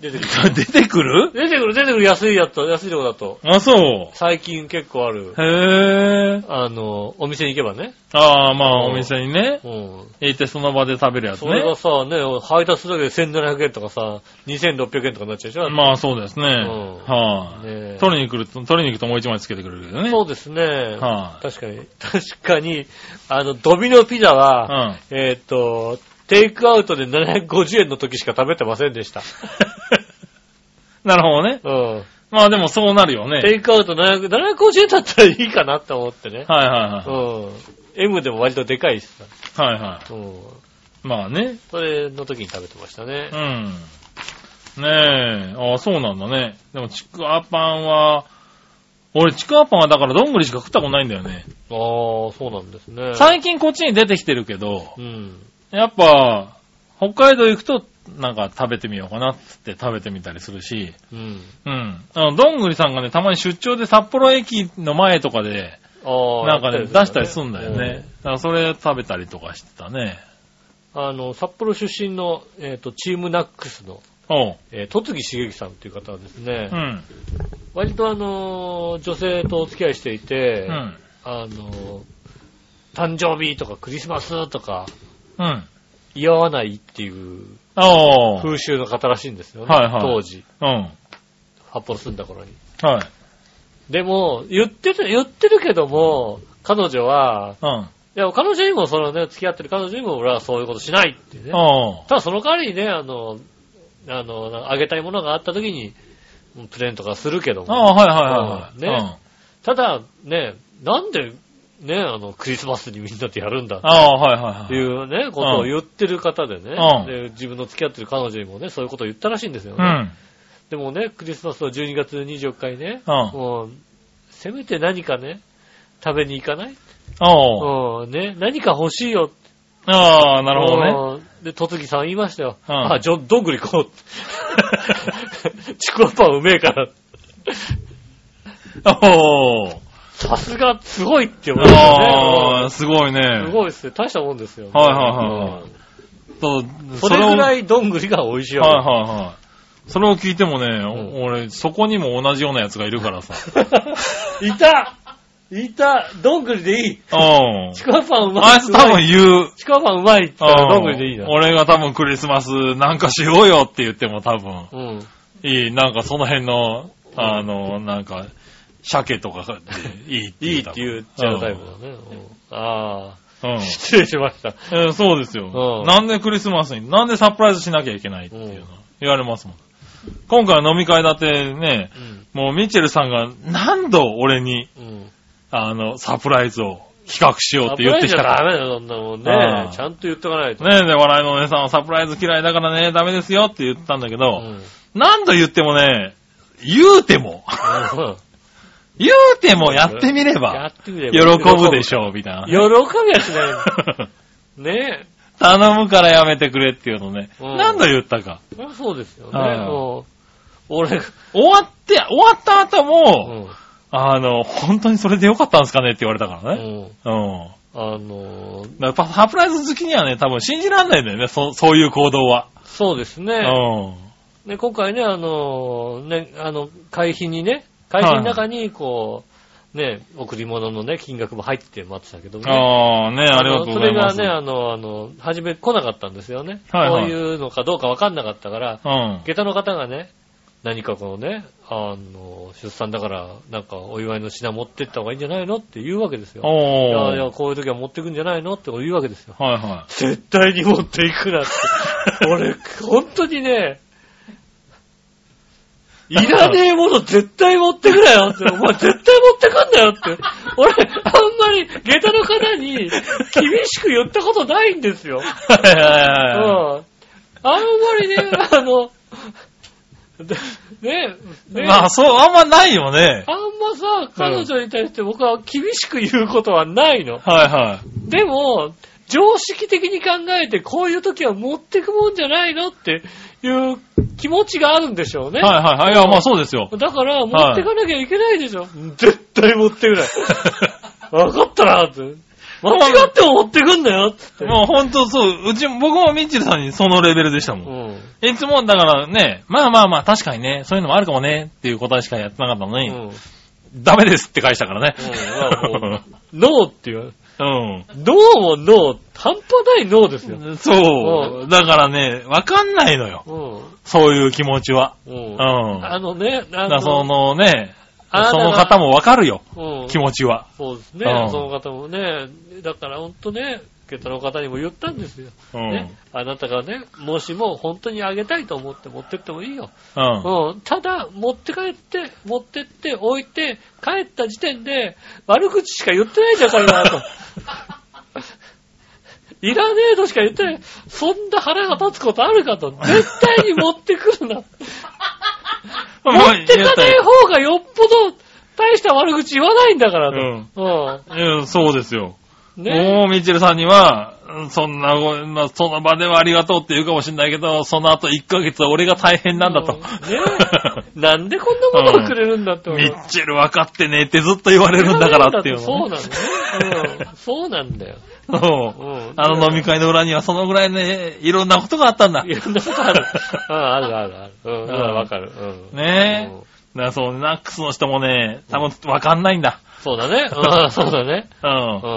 出 てくる。出出てくるてくる、出てくる、安いやつ、安いとこだと。あ、そう。最近結構ある。へえ。あの、お店に行けばね。ああ、まあ、うんお店にね、うん。行ってその場で食べるやつそれねが。さ、ね、配達するだけで1700円とかさ、2600円とかになっちゃうでしょまあ、そうですね。んはねい、え取りに来ると、取りに行くともう一枚つけてくれるけどね。そうですね。はい確かに。確かに、あの、ドミノピザは、うん。えーっと、テイクアウトで750円の時しか食べてませんで した。なるほどね。うん。まあ、でもそうなるよね。はいテイクアウト700 750円だったらいいかなって思ってね。はいはうん。M でも割とでかいしさ。い。はいはうん。い。まあね。それの時に食べてましたねう。ん。ねえ。ああ、そうなんだね。でも、ちくわパンは、俺、ちくわパンはだから、どんぐりしか食ったことないんだよね。ああ、そうなんですね。最近こっちに出てきてるけど、うん。やっぱ、北海道行くと、なんか食べてみようかなっつって食べてみたりするし、うん。うん。あの、どんぐりさんがね、たまに出張で札幌駅の前とかで、ああ。なんかね、やっ出したりすんだよね。うだからそれ食べたりとかしてたね。ん。あの、札幌出身の、えっ、と、チームナックスの、おう。えー、戸次茂樹さんっていう方はですね、うん。割とあのー女性とお付き合いしていて、うん。あのー誕生日とかクリスマスとか、うん。祝わないっていうおう。風習の方らしいんですよね。はいはい当時、うん。発砲住んだ頃に。はい。でも、言ってる、言ってるけども、彼女は、うん。いや、彼女にも、そのね、付き合ってる彼女にも、俺はそういうことしないってね。おう。ただその代わりにね、あの、あの、あげたいものがあった時に、プレゼントがするけどあも。あ、はいはいはいはい。ね。ただ、ね、なんで、ね、あの、クリスマスにみんなでやるんだああ、はっいてはいはい。いうね、ことを言ってる方でね、うんで自分の付き合ってる彼女にもね、そういうことを言ったらしいんですようね。ん。でもね、クリスマスの12月24日にね、うん。もう、せめて何かね、食べに行かないおう。うん、ね、何か欲しいよああ、なるほどね。ね。で、とつぎさん言いましたよ。うんあ、じょ、どんぐり こう。ちくわパンうめえから。おう。さすが、すごいって思いましたああ、ね。すごいね。すごいですね。大したもんですよ、ね。はいはいはいはういんそう、それぐらい。いどんぐりが美味しいはいわはいはそれを聞いてもね、ん俺、そこにも同じようなやつがいるからさ。いたいたどんぐりでいいうん。ちくわパンうまい。 あいつ多分言う。ちくわパンうまいって言ったらどんぐりでいいな。俺が多分クリスマスなんかしようよって言っても多分、うん。いい、なんかその辺の、あの、なんか、鮭とかでいいっ ていい言ってう多分。言っちゃうタイプだね。うんああ。うん。うん失礼しました。えーそうですうよ。んなんでクリスマスに、なんでサプライズしなきゃいけないっていうの言われますもん。今回飲み会だってね、うん。もうミッチェルさんが何度俺に、うん。あの、サプライズを企画しようって言ってきた危かないじゃダメだよ、そんなもんあねあ。ちゃんと言ってかないと。ら。ねえ、で、笑いのお姉さんはサプライズ嫌いだからね、ダメですよって言ったんだけうど、ん。何度言ってもね、言うても、 言うてもやってみれやば、ってみれ喜ば。ぶでょ。しょう、みたいな喜。びはしない。ね 頼むからやめてくれっていうのね。うん何度言ったか。え。そりゃそうですよね。ああもう俺が、終わって、終わった後うも、ん。あの、本当にそれでよかったんですかねって言われたからね。うんうん。あのー、だからサプライズ好きにはね、多分信じらんないんだよね、そそういう行動は。そうですうね。ん。ね、今回ね、あの、ね、あの、会費にね、会費の中に、こう、ね、贈り物のね、金額も入って待ってたけどもね。ああ、ね、ありがとうございます。それがね、あの、あの、初め来なかったんですよね。はいはいこういうのかどうかわかんなかったから、うん。下駄の方がね、何かこのね、あの、出産だから、なんかお祝いの品持ってった方がいいんじゃないのって言うわけですよ。いおやいーや、こういう時は持ってくんじゃないのって言うわけですよ。はいは絶対に持っていくなって。俺、本当にね、いらねえもの絶対持ってくなよって、お前絶対持ってくんだよって。俺、あんまり下駄の方に厳しく言ったことないんですよ。い。はうん。いはいはいはあんまりね、あの、でね、ね、い。まあ、そう、あんまないよね。あんまさ、彼女に対して僕は厳しく言うことはないの。はいはでも、常識的に考えて、こういう時は持ってくもんじゃないのっていう気持ちがあるんでしょうね。い。はいはいはい。いや、まあそうですよ。だから、持ってかなきゃいけないでしょ。絶対持ってく ない。分かったな、って。間違っても持ってくんだよ、つって。もうほんとそう、うち、僕もミッチェルさんにそのレベルでしたうもん。ん。いつも、だからね、まあまあまあ、確かにね、そういうのもあるかもね、っていう答えしかやってなかったのうに、ん。うんダメですって返したからね。まあもうノーって言われうん。ノーもノー。半端ないノーですよ。 そうう。だからね、わかんないのよ。うそういう気持ちは。ん。ううんん。。だあのね、あからの、そのね、あなたそのが方もわかるよ。うん気持ちは。そうですね、うんその方もね、だから本当ね、下駄の方にも言ったんですよ。うん。ね、あなたがね、もしも本当にあげたいと思って持ってってもいいよ。うん。うん、ただ、持って帰って、持ってって、置いて、帰った時点で、悪口しか言ってないじゃん、彼は、と。 いらねえとしか言ってない。そんな腹が立つことある かと。絶対に持ってくるな。持ってかない方がよっぽど大した悪口言わないんだからと。うん。うんそうですよ。ねもう、ミッチェルさんには、うんそんなご、まあ、その場ではありがとうって言うかもしれないけど、その後1ヶ月は俺が大変なんだと。うんねなんでこんなものをくれるんだって思うミッチェル分かってねえってずっと言われるんだからっていうそうのね。なんだよ。うんそうなんだよ。そう。うんあの飲み会の裏にはそのぐらいね、いろんなことがあったんだ。いろんなことある。うん、あるあるある。うん、だからわかる。うん。ねえうん。だからそう、ナックスの人もね、多分分かんないんだ。そうだね。うん、そうだね。う。うん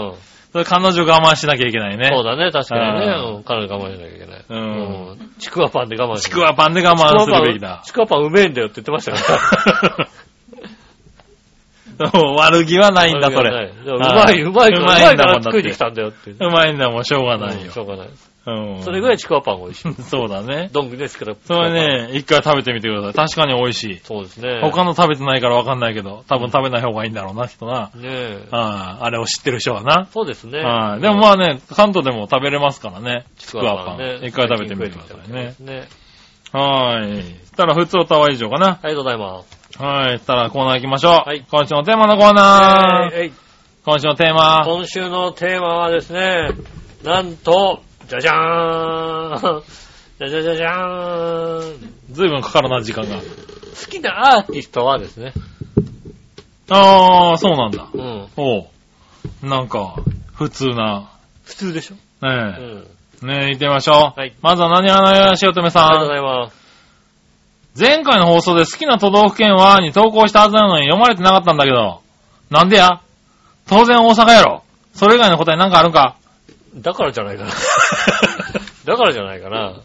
ん。それ彼女我慢しなきゃいけないね。そうだね、確かにねう。うん、彼女我慢しなきゃいけない。うんうん。ちくわパンで我慢しちなくわパンで我慢するべきだ。ちくわパンちくわパンうめえんだよって言ってましたから。 そう悪気はないんだ、それ。うまい、うまい、うまいから作りに来たんだよって。うまいんだもん、しょうがないうんよし。ょうがない。うん。それぐらいちくわパン美味しい。 そうだね。どんぐりですから。それね、一回食べてみてください。確かに美味しい。そうですね。他の食べてないからわかんないけど、多分食べない方がいいんだろうな、人な。ねえ。ああ、あれを知ってる人はな。そうですね。はい。でもまあね、関東でも食べれますからね。ちちくわパン。一回食べてみてくださいね。ね。はい。そしたら、普通歌は以上かな。ありがとうございます。はい。そしたら、コーナー行きましょう。はい今週のテーマのコーナー。えいえい今週のテーマ。今週のテーマはですね、なんと、じゃじゃーんじゃじゃじゃじゃーんずいぶんかかるな、時間が。好きなアーティストはですね、ああ、そうなんだ。うん。おう。なんか、普通な。普通でしょうねん。え。ねえ、行ってみましょう。はいまずは何話のよしおとめさありがとうごん。ざいます。前回の放送で好きな都道府県はに投稿したはずなのに読まれてなかったんだけど。なんでや当然大阪やろ。それ以外の答えなんかあるんかだからじゃ ないかな。だからじゃないかな。う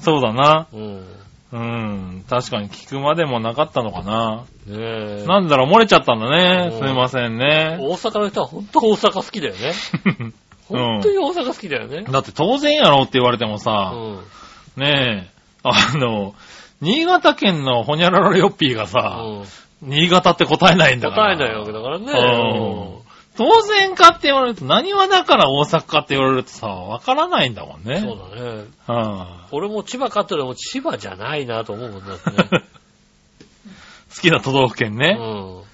そうだな。ん。うん。うん。確かに聞くまでもなかったのかな。ねえ。なんでだろう、漏れちゃったんだね。うんすいませんね。大阪の人は本当大阪好きだよね。本当に大阪好きだよね。 だって当然やろって言われてもうさ、ん。ねえ、あの、新潟県のホニャララヨッピーがさ、うん新潟って答えないんだから。答えないわけだからね。当然かって言われると、何はだから大阪かって言われるとさ、わからないんだもんうんね。そうだね。 は俺も千葉かって言も千葉じゃないなと思うもんだってあ好ね。きな都道府県う ね。好ん。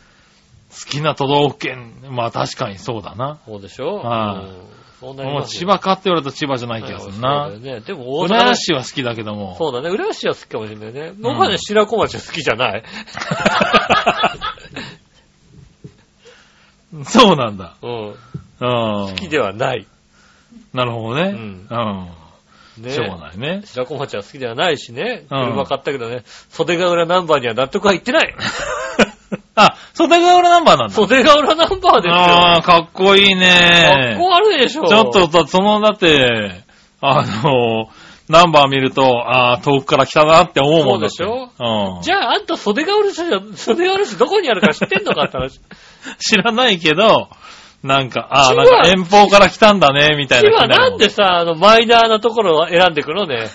きな都道府県。まあ確かにそうだな。そうでしょはいうんそうなりもうます千よ葉かって言われると千葉じゃない気がするは。ないそうだよね。でも大浦阪安の市は好きだけども。そうだね。浦安市は好きかもしれないね。僕はね、白子町は好きじゃ ない。そうなんだ。うん。うん。好好きではない。なるほどね。うんうん。ね。しょうがないね。白子町は好きではないしね。うん車買ったけどね、袖ヶ浦ナンバーには納得はいって ない。あ、袖ヶ浦ナンバーなんだ。袖ヶ浦ナンバーですよ。ああ、かっこいいね。格好悪いでしょ。ちょっと、とその、だって、あの、ナンバー見ると、ああ、遠くから来たなって思うもんだっそてうでうん。じゃあ、あんた袖ヶ浦市じゃ、袖ヶ浦市どこにあるか知ってんのかって話。知らないけど、なんか、ああ、千な葉んか遠方から来た んだね、みたいな気今にるなもんでさ、あの、マイナーなところを選んでくのね。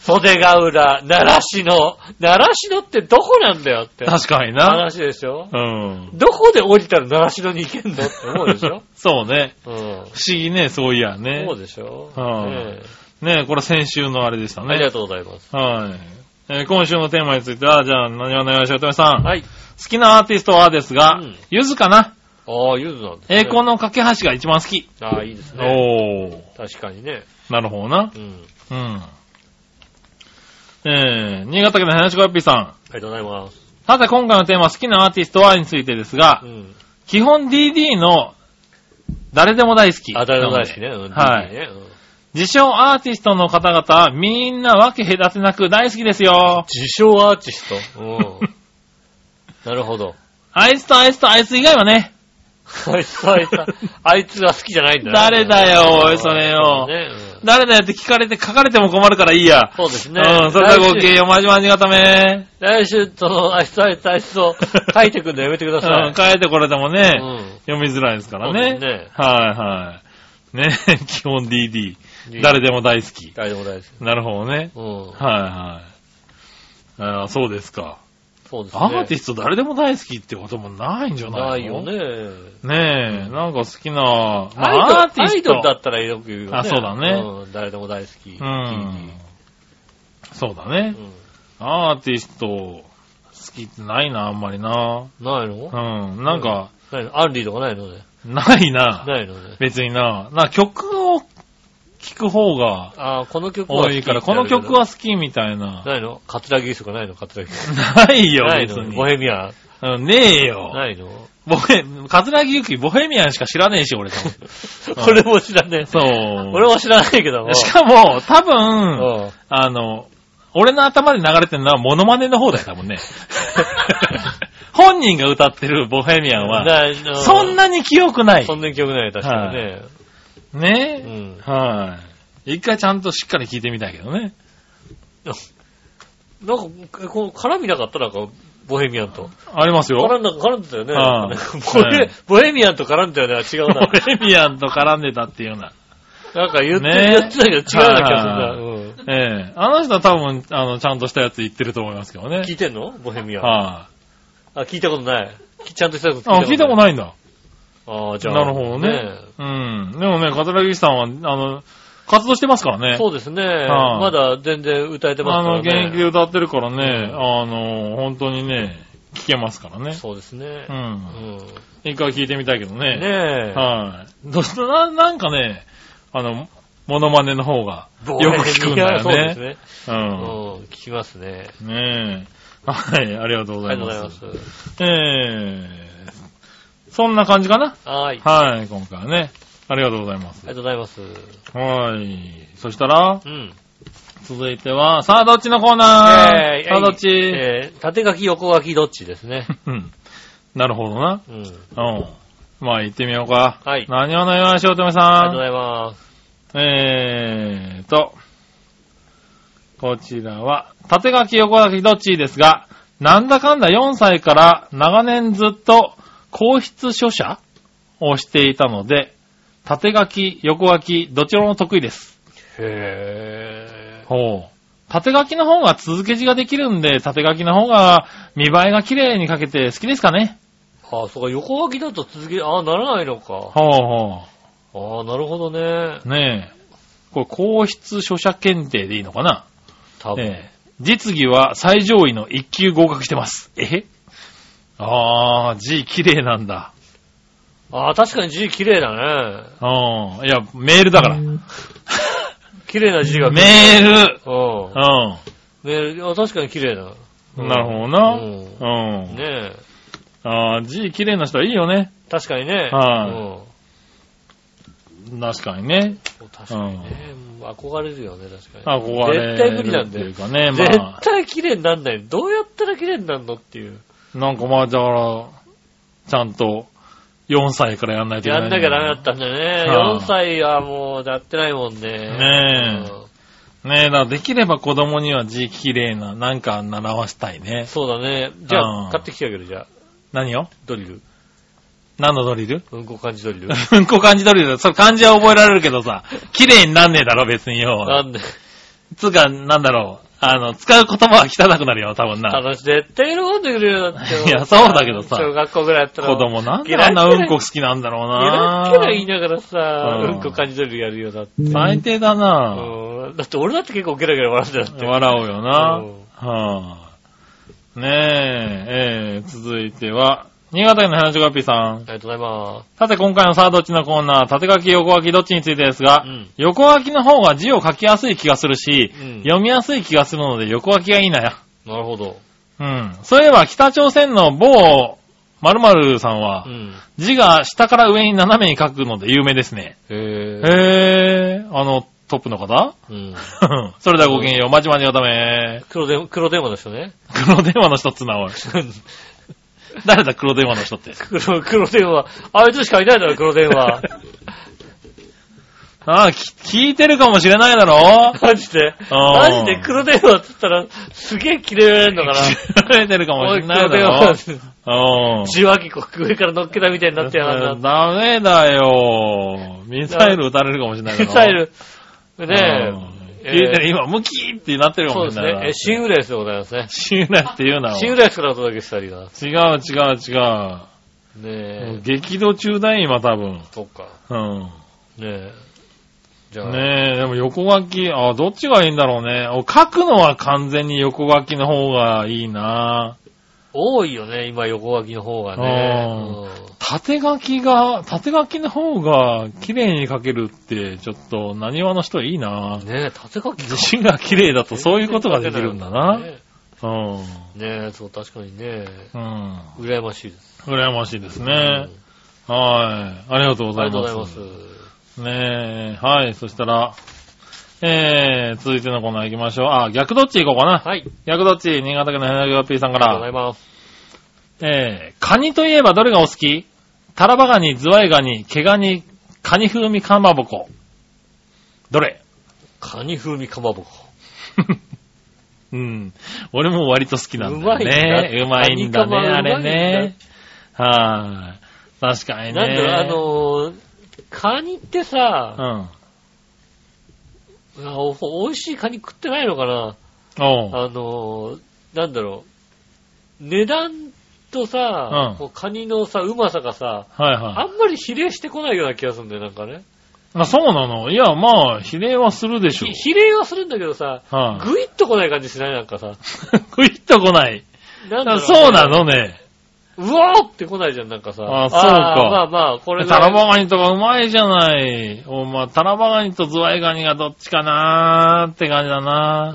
袖ヶ浦、奈良市の、奈良市のってどこなんだよって確かにな。話でしょ。うん。どこで降りたら奈良市のに行けんのって思うでしょそう ね。うん。不思議ね、そういやねそ。うでしょ、うんねえねこれ先週のあれでしたありがね。とうございます。はい。えー今週のテーマについては、じゃあ、何をお願いしようとめさん。はい。好きなアーティストはですがうん、ゆずかな。ああ、ゆずなんです、ね。栄光の架け橋が一番好き。ああ、いいですね。おー。確かにね。なるほどな。うん。うん。えー、新潟県の話し子よっぴーさん。ありがとうございます。さて今回のテーマ、好きなアーティストはについてですが、うん。基本 DD の誰でも大好き。あ、誰でも大好きね。うん。はいねうん自称アーティストの方々、みんな分け隔てなく大好きですよ。自称アーティスト。うん。なるほど。あいつとあいつとあいつ以外はね。あいつ、あいつ、あいつは好きじゃないんだ誰だよおいそれよそうねうん誰だよって聞かれて書かれても困るからいいや。そうですね。うん、それでは合来週計、おまじまじがため。来週、その、あいつ、あいつ、あいつを書いてくんのやめてくださうん、い。帰ってこれてもね、うん読みづらいですからそうですねはいはい。ね、 基本 DD。誰でも大好き。誰でも大好き。なるほどね。うん。はいはい。ああ、そうですか。そうですね。アーティスト誰でも大好きってこともないんじゃなないいよのね。ねえ、なんか好きな、まアあアイドーティル、アイスドルト。だったらよく言うよね。あそうだねうん。誰でも大好き。うん。そうだね。うんアーティスト、好きってないな、あんまりな。ないのうん、なんか、ないのアンリーとかないのね。ないな。ないのね。別にな。な、曲を聴く方があーこの曲は好多きいから、この曲は好きみたいな。ないのカツラギースとかないのカツラギース。ないよ、ない別のにボ。ヘミアン。うんねえよ。ないのボヘ、カズラギユキ、ボヘミアンしか知らねえし、俺多分。 俺も知らねえ。そう。俺も知らないけども。しかも、多分、うん。あの、俺の頭で流れてるのはモノマネの方だよ、多 分ね。本人が歌ってるボヘミアンは、だからそん、なに記憶ないそ。んな記憶ない、確かにね。うねん。はい。一回ちゃんとしっかり聞いてみたいけどね。なんか、こう、絡みなかったなんか、ボヘミアンと。ありますよ。絡んだ、絡んでたよね。うんボうんヘボヘミアンと絡んでたよね。あ違うボ な。ヘミアンと絡んでたっていうような。なんか言って、ね言ってたけど違うな気がするな。うん。ええあの人は多分、あの、ちゃんとしたやつ言ってると思いますけどね。聞いてんのボヘミアン。はあ、い、聞いたことない。きちゃんとしたことあ。聞いたことい。ないんだ。ああ、じゃあ。なるほどね。うん。でもね、桂木さんは、あの、活動してますからえね。そうですね。はいまだ全然歌えてあの、ます現からね。役で歌ってるからね、うんあの、本当にね、聞けますからね。そうですねう。。うんん。一回聞いてみたいけどね。ねえ。はい。どうしたな、なんかね、あの、モノマネの方がボヘよミアンく聞くんだよそうですね。ね。ううんん。、聞きますね。ねえ。はい、ありがとうごあざりがとういございま。ますす。ええそんな感じかなはい。あはい、今回はね。ありがとうございますりが。とうございます。はい。そしたら、うん。続いては、さあどっちのコーナー、えーさあどっち、えー縦書き、横書き、どっちですね。うん。なるほどな。うん。ありうん。まあ行ってみようか。はい何をのようしおとがめさとうごん。ざいます。えーと、こちらは、縦書き横書きどっちですが、なんだかんだ4歳から長年ずっと皇室書写をしていたので、縦書き横書きどちらも得意です。へー。ほう。縦書きの方が続け字ができるんで、縦書きの方が見栄えが綺麗に書けて好きですかねああ、そうか、横書きだと続け、ああ、ならないのか。ほうほああ、なるほどね。う。ねえ。これ皇室書写検定でいいのかな多分。ええ実技は最上位の1級合格してます。えあー、字綺麗なんだ。ああ、確かに字綺麗だね。うん。いや、メールだから。 綺麗な字が。メールうんう。ん。メール、あ確かに綺麗だ。うんなるほどな。ううんねん。え。あー、字綺麗な人はいいよね。確かにね。はいうん確かにね。そう確かにね。もう憧れるよね、確かに。憧れ絶対無理なんだるよっていう。かね、ま絶対綺麗になんない。どうやったら綺麗になるのっていう。あ、なんかまあ、だから、ちゃんと4歳からやんないといけやない。んなきゃダメだったんだね。はい4歳はもうやってないもんね。ねえねえ、だからできれば子供には字綺麗な、なんか習わしたいうんね。そうだね。じゃうあ、ん買ってきてあげる、じゃあ。何よドリル。何のドリル うんこ漢字ドリル。うんこ漢字取りだ。それ漢字は覚えられるけどさ、綺麗になんねえだろ、別になよ。んで、つうか、なんだろう。あの、使う言葉は汚くなるよ、多分な。楽しい。絶対喜んでくれるよ、だって。いやそうだけどさ小学校ぐらいやったら。子供なんで嫌いあんなうんこ好きなんだろう嫌いな。嫌い言いながらさ、ううんんこ漢字ドリルやるよ、だって。最低だな。うんだって俺だって結構ゲラゲラ笑ってたって。笑おうよなうん。はぁ。ねえ、えー、続いては、新潟県の花女ガッピーさん。ありがとうございまさて今回のさあどっちのコーナー、縦書き横書きどっちについてですが、うん横書きの方が字を書きやすい気がするし、うん読みやすい気がするので横書きがいいなや。す。なるほど。うん。そういえば北朝鮮の某〇〇さんはう、ん。字が下から上に斜めに書くので有名ですね。へえ。へー、あの、トップの方 うん。それではごきげんよう、まちまちがため。黒電、黒電話の人 ね。黒電話の人っつうな、おい。誰だ、黒電話の人って。黒、黒電話。あいつしかいないだろ、黒電 話。ああ、き聞いてるかもしれないだろマジで。あマージで黒電話って言ったら、すげえ切れられるの かな。聞かれてるかもおしい、れな黒いだ電ろ話。うん。受話器こう上から乗っけたみたいになってやがった。ダメだよ。ミサイル撃たれるかもしれないだミろ。サイル。ねねえ。え。聞いてえる、ー今、ムキーってなってるかそうもでしすれないね。え、シングレースでございますね。シングラって言うな。シングレースからお届けしたりが。違う違う違う。ねえ。激怒中だよ、今多分。そっか。うん。ねえ。じゃあ。ねえ、でも横書き、あ、どっちがいいんだろうね。お書くのは完全に横書きの方がいいな多いよね、今横書きの方がね。縦書きが、縦書きの方が綺麗に書けるって、ちょっと、何話の人いいなうんねえ、縦書き自信が綺麗だとそういうことができるんだな。ねうん。え、そう、確かにね。うん。羨ましいです。羨ましいですうんね。はい。ありがとあうござりがいとうまごす。ざいます。ねえ、はい。そしたら、えー、続いてのコーナー行きましょう。あ、逆どっち行こうかな。はい。逆どっち、新潟県のヘナギワピーさんあかりがとうございら、ます。えー、カニといえばどれがお好きタラバガニ、ズワイガニ、毛ガニ、カニ風味かまぼこ。どれカニ風味かまぼこ。うん。俺も割と好きなんだよね。ううままいいんんだだね、あれね。はーい。確かなにね。んだろう、あのー、カニってさ、うん。あお美味しいカニ食ってないのかなおう。あのー、なんだろう、値段とさう、んこうカニのさ、うまさがさ、はいはあんまり比例してこないような気がするんだよ、なんかね。い。あ、そうなのいや、まあ、比例はするでしょひ。比例はするんだけどさ、はい。ぐいっと来ない感じしないなんかさ。グイッと来ない。なんだろあうそうなのね。うわーって来ないじゃん、なんかさ。あそうかあーまあまあ、これタラバガニとかうまいじゃない。おまあ、タラバガニとズワイガニがどっちかなーって感じだな。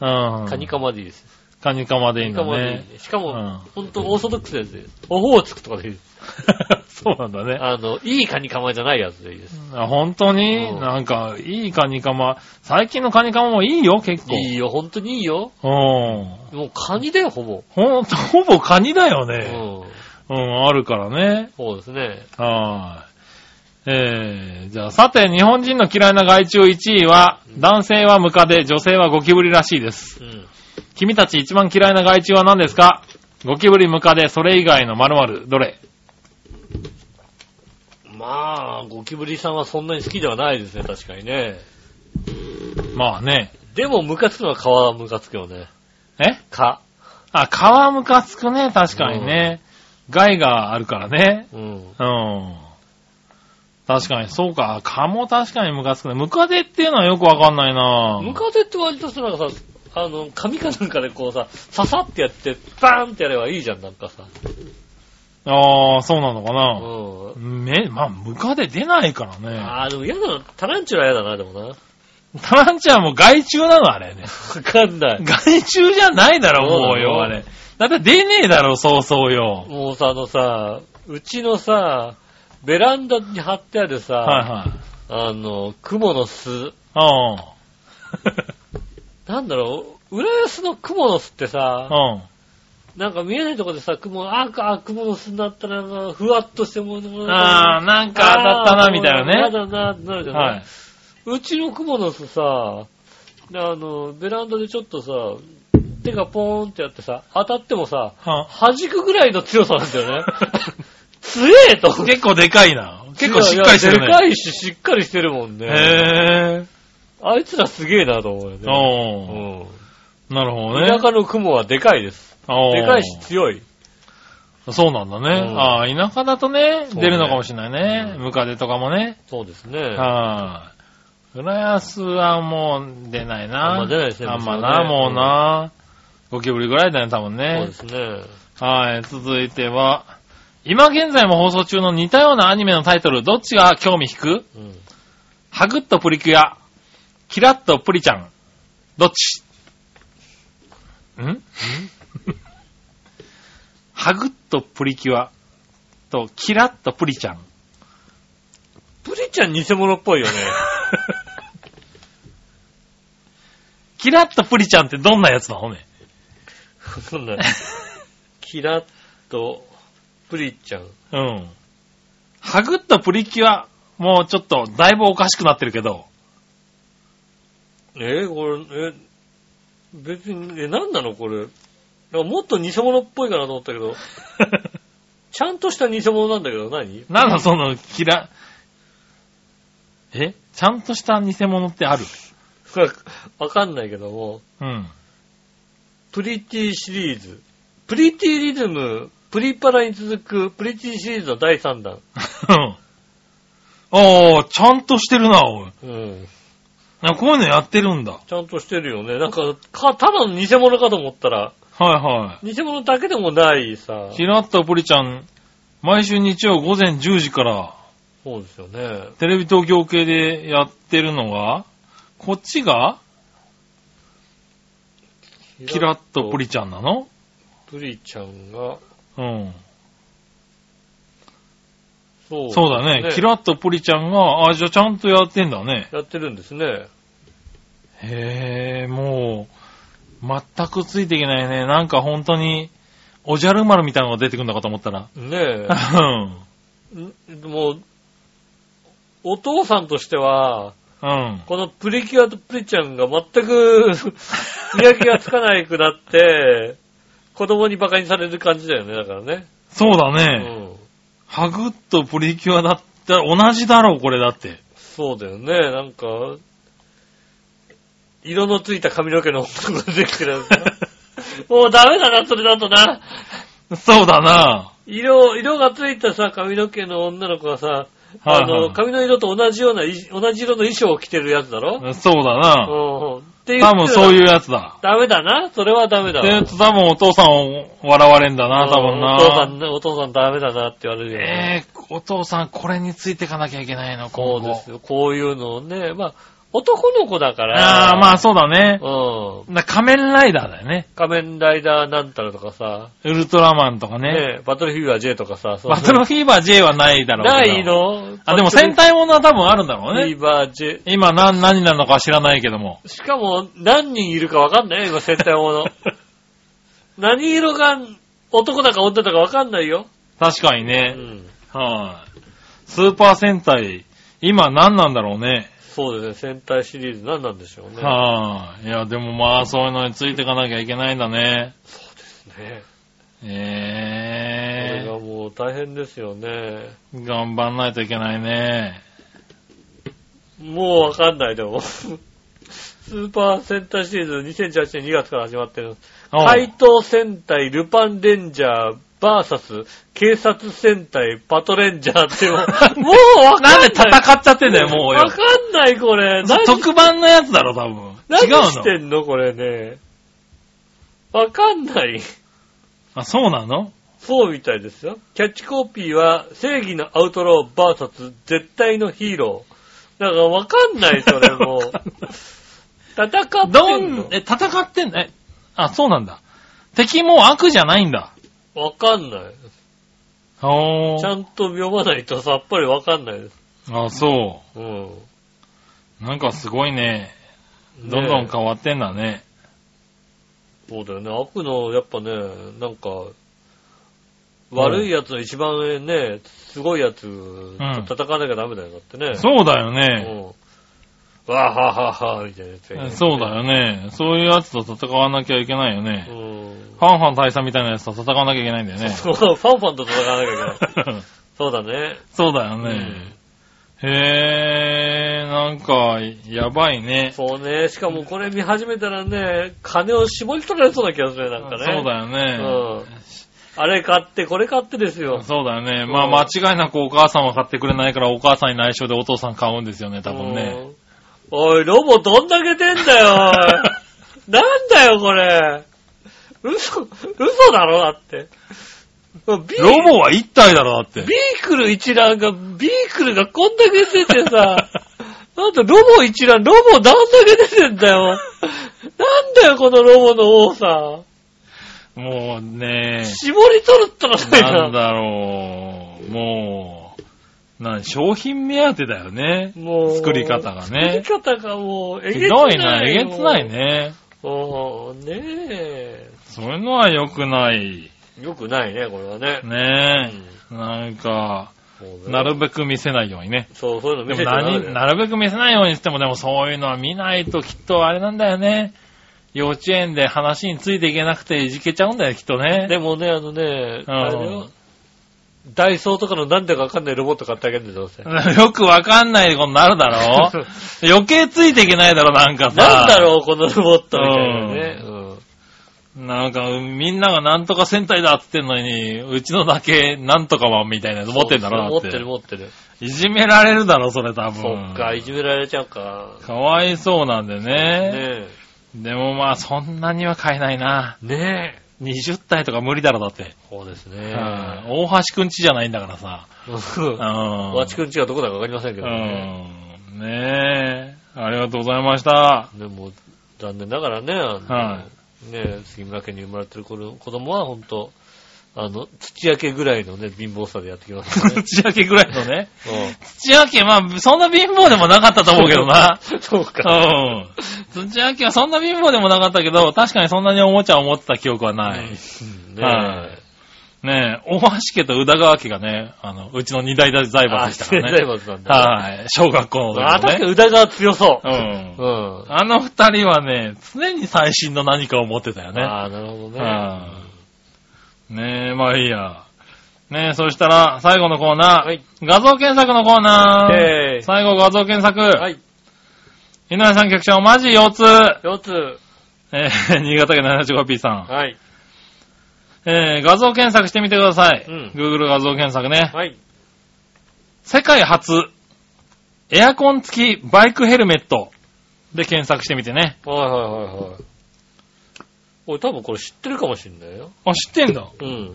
あうんー。カニカマでいいです。カニカマでカいニいんカだマでいいねね。。しかもうん、ほんとオーソドックスなやつです。オホーツクとかでいいです。 そうなんだね。あの、いいカニカマじゃないやつでいいです。あ本当に、うんなんか、いいカニカマ。最近のカニカマもいいよ、結構。いいよ、本当にいいよ。うん。もうカニだよ、ほぼ。ほん、ほぼカニだようね。ん。うん、あるからね。そうですね。はーい。えー、じゃあ、さて、日本人の嫌いな害虫1位は、男性はムカデ、女性はゴキブリらしいです。うん。君たち一番嫌いな害虫は何ですかゴキブリ、ムカデ、それ以外の〇〇、どれまあ、ゴキブリさんはそんなに好きではないですね、確かにね。まあね。でも、ムカつくのは皮はムカつくよね。え蚊。あ、皮ムカつくね、確かにね。害があるからね。うん。うん。確かに、そうか。蚊も確かにムカつくね。ムカデっていうのはよくわかんないなムカデって割とさ、なんかさ、あの、紙かなんかでこうさ、刺さってやって、バーンってやればいいじゃん、なんかさ。ああ、そうなのかうな。ん。め、まあ、ムカデ出ないからね。ああ、でも嫌だな。タランチュラ嫌だな、でもな。タランチュラも害虫なの、あれね。わかんない。害虫じゃないだろ、もうそうなよ、のあれ。だって出ねえだろ、そうそうよ。もうさ、あのさ、うちのさ、ベランダに貼ってあるさ、はいはい。あの、雲の巣。うん。なんだろう、浦安の雲の巣って さ、うん。なんか見えないところでさ、雲、ああ、雲の巣になったらなんか、ふわっとしてもう、ああ、なんか当たったな、みたいやなね。だな、なるじゃない、はい。うちの雲の巣さ、あの、ベランダでちょっとさ、手がポーンってやってさ、当たってもさ、は弾くぐらいの強さなんだ よね。強えと。結構でかいな。結構しっかりしてるね。いやいやでかいし、しっかりしてるもんね。へあいつらすげえなと思うよぇー。ね。おうんー。なるほどね。田舎の雲はでかいです。おーでかいし強い。そうなんだね。うんああ、田舎だとね、そうね出るのかもしれないね。うんムカデとかもね。そうですね。はい。浦安はもう出ないな。あんま出ないですねあんまな、むしろねもうな。ゴキブリぐらいだね、多分そうねで。すね。はい、続いては、今現在も放送中の似たようなアニメのタイトル、どっちが興味引くうん。ハグッとプリキュア、キラッとプリちゃん、どっちん ハグッとプリキュアとキラッとプリちゃん。プリちゃん偽物っぽいよね。キラッとプリちゃんってどんなやつなのね。そんな。キラッと、プリちゃん。うん。ハグッとプリキュア、もうちょっとだいぶおかしくなってるけど、えーこれ、え、別に、え、なんなのこれ。なんかもっと偽物っぽいかなと思ったけど、ちゃんとした偽物なんだけど、何 なんだそのキラ、えちゃんとした偽物ってあるわわかんないけども、うん。 プリティシリーズ。プリティリズム、プリパラに続くプリティシリーズの第3弾。うんああ、ちゃんとしてるな、おい。うん。なんかこういうのやってるんだ。ちゃんとしてるよね。なんか、か、ただの偽物かと思ったら、はいは偽物だけでもないさい。。ひらっとプリちゃん、毎週日曜午前10時から、そうですよね。テレビ東京系でやってるのが、こっちが、キラッとプリちゃんなのプリちゃんが、うん。そう、そうだね。キラッとプリちゃんが、あ、じゃあちゃんとやってんだね。やってるんですね。へえ、もう、全くついていけないね。なんか本当に、おじゃる丸みたいなのが出てくるのかと思ったら。ねうん。え。 んもう、お父さんとしては、うん。このプリキュアとプリちゃんが全く見分けがつかないくなって、子供に馬鹿にされる感じだよね、だからね。そうだうね。ん。ハグとプリキュアだったら同じだろう、これだって。そうだよね、なんか、色のついた髪の毛の男ができてる。もうダメだな、それだとな。そうだな。色、色がついたさ、髪の毛の女の子がさ、はあいはいの、髪の色と同じような、い同じ色の衣装を着てるやつだろそうだな。うん。っていう。多分そういうう。やつだ。ダメだな。それはダメだっわ。てやつ多分お父さんを笑われんだな、多分お父さんな。ね、お父さんダメだなって言われるよね。えー、お父さんこれについてかなきゃいけないの、そ今うで後す。よ。こういうのをね、まあ、男の子だから。ああ、まあそうだね。うん。だ仮面ライダーだよね。仮面ライダーなんたらとかさ、ウルトラマンとかね。ねえバトルフィーバー J とかさ、そバトルフィーバー J はないだろうけなどいのあ、でも戦隊ものは多分あるんだろバうトルフィね。ーバー J。今何、何なのか知らないけど も。しかも、何人いるかわかんないよ、今、戦隊も の。何色が男だか女だかわかんないよ。確かうにね。ん。はい、スーパー戦隊、今何なんだろうね。そうですね、戦隊シリーズ何なんでしょうね。はい、いや、でもまあそういうのについていかなきゃいけないんだね。ねこれえがもう大変ですよね。え頑張んないといけないね。もうわかんない、でも。 スーパー戦隊シリーズ2018年2月から始まってる。おう 怪盗戦隊ルパンレンジャーバーサス警察戦隊パトレンジャー ってもう、もうわかんななんい。で戦っちゃってんだよ、もうわよ。かんない、これ。何特番のやつだろ、多分。違何うしてのんのこれね。わかんない。あ、そうなのそうみたいですよ。キャッチコピーは、正義のアウトローバーサス絶対のヒーロー。だからわかんない、それもう。 わか戦んってんどのん、え、戦ってんのえ、あ、そうなんだ。敵も悪じゃないんだ。わかんない。おちゃー。んと読まないとさっぱりわかんないです。あ、そうん。う。なんかすごいね。どんどんか。変わってんだね。そうだよね。悪の、やっぱね、なんか、悪いやつの一番ね、すごいやつと戦わなきゃダメだよ。だってね。そうだようね。ん。わはははみたいなやつがいる。そうだよね。そういうやつと戦わなきゃいけないよね。うん。ファンファン大佐みたいなやつと戦わなきゃいけないんだよね。そう、ファンファンと戦わなきゃいけない。そうだね。 そうだようねん。へー、なんか、やばいね。そうね。しかもこれ見始めたらね、金を絞り取られそうな気がするね、なんかね。そうだよね。うん。あれ買って、これ買ってですよ。そうだよね。んまあ間違いなくお母さんは買ってくれないからお母さんに内緒でお父さん買うんですよね、多分ね。うん。おい、ロボどんだけ出んだよ、お いなんだよ、これ。嘘、嘘だろ、だって。ロロボは1体だろ、だってビ。ークル一覧が、ビークルがこんだけ出てさ、なんとロボ一覧、ロボどんだけ出てん だよ。なんだよ、このロボの多さ。もうね、絞り取るったらないななんだろう、もう、なん商品目当てだよね。もう。作り方がね作り方がもう、えひげつどないい。な、えげつない。ね。おー、ねえ。そういうのは良くない。よくないね、これはね。ねえ。なんか、そうねなるべく見せないようにね。そう、そういうので見もせてない何、なるべく見せないようにしても、でもそういうのは見ないときっとあれなんだよね。幼稚園で話についていけなくていじけちゃうんだよ、きっとね。でもね、あのね、うんあれだよ。ダイソーとかのなんだかわかんないロボット買ってあげるんだよ、どうせ。よくわかんないことになるだろ余計ついていけないだろ、なんか さ。なんだろう、このロボットみたいなね。うんなんか、みんながなんとか戦隊だって言ってんのに、うちのだけなんとかはみたいなやつ持ってんだろ、そうだ持っっててる。持ってる。いじめられるだろ、それ多分。そっか、いじめられちゃうか。かわいそうなんでね。ねでもまあ、そんなには買えないな。え。ねえ。 20体とか無理だろ、だって。そうですうねん。大橋くんちじゃないんだからさ。うんうん。わちくんちがどこだかわかりませんけうどね。ん。ねえ。ありがとうございました。でも、残念ながらね、あのはねえ、杉村家に生まれてる子の子供は本当あの、土焼けぐらいのね、貧乏さでやってきますからね。 土明けぐらいのね。うん土明け、まあ、そんな貧乏でもなかったと思うけどな。 そうか。うん。土屋家はそんな貧乏でもなかったけど、確かにそんなにおもちゃを持ってた記憶はない。うんはねいねえ、大橋家と宇田川家がね、あの、うちの二大財閥でしたかあら二大ね。閥なんだ。はい。小学校のあ、確時かのね。に宇田川強そうう。う。んん。あの二人はね、常に最新の何かを持ってたよね。ああ、なるほどね。はい。ねえ、まあいいや。ねえ、そしたら、最後のコーナー。はい画像検索のコーナー。えー最後、画像検索。はい。井上さん局長、マジ腰痛。四つ。えー新潟県 75P さん。はい。えー画像検索してみてください。うん Google 画像検索ね。はい。世界初、エアコン付きバイクヘルメットで検索してみてね。はいはいはいはい。俺多分これ知ってるかもしんないよ。あ、知ってんだ。うん。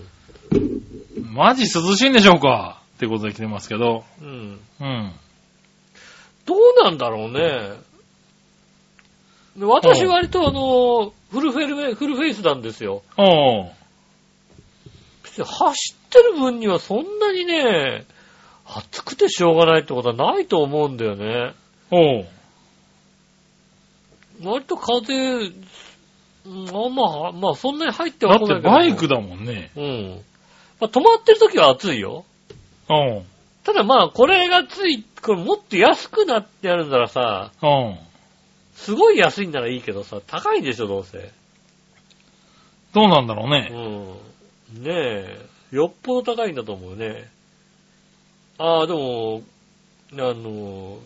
マジ涼しいんでしょうかってことで来てますけど。うん。うん。どうなんだろうね。で私割とあの、フルフェルメ、フルフェイスなんですよ。おう別に走ってる分にはそんなにね、暑くてしょうがないってことはないと思うんだよね。おう割と風、うんあんま、まあそんなに入ってだはっこなていけど。バイクだもんね。うん。まあ止まってる時は暑いよ。おうただまあこれがつい、これもっと安くなってやるならさ、おうすごい安いんならいいけどさ、高いんでしょどうせ。どうなんだろううね。ん。ねえ、よっぽど高いんだと思うね。ああ、でも、あの、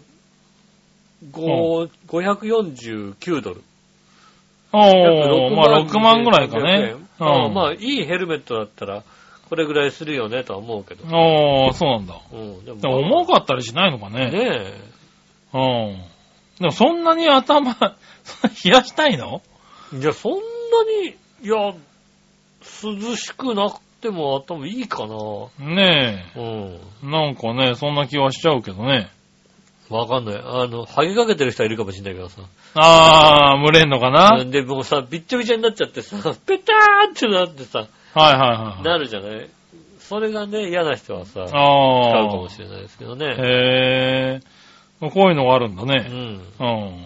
ご549ドル。おうまあ6万ぐらいか16,900ね円。ああうんまあ、いいヘルメットだったら、これぐらいするよねとは思うけど。おうそうなんだ。うん、でもでも重かったりしないのかね。ねうん。でもそんなに頭、 そんな冷やしたいのえ。いや、そんなに、いや、涼しくなくても頭いいかな。ねうん。え。なんかね、そんな気はしちゃうけどね。わかんない。あの、はげかけてる人はいるかもしれないけどさ。あー、蒸れんのかな、はいで、もうさ、びっちょびちょになっちゃってさ、 ペターンってなってさ、はいはいはい。なるじゃないそれがね、嫌な人はさ、使うかあもしれないですけどー。ね。へー。こういうのがあるんだうね。ん。うん。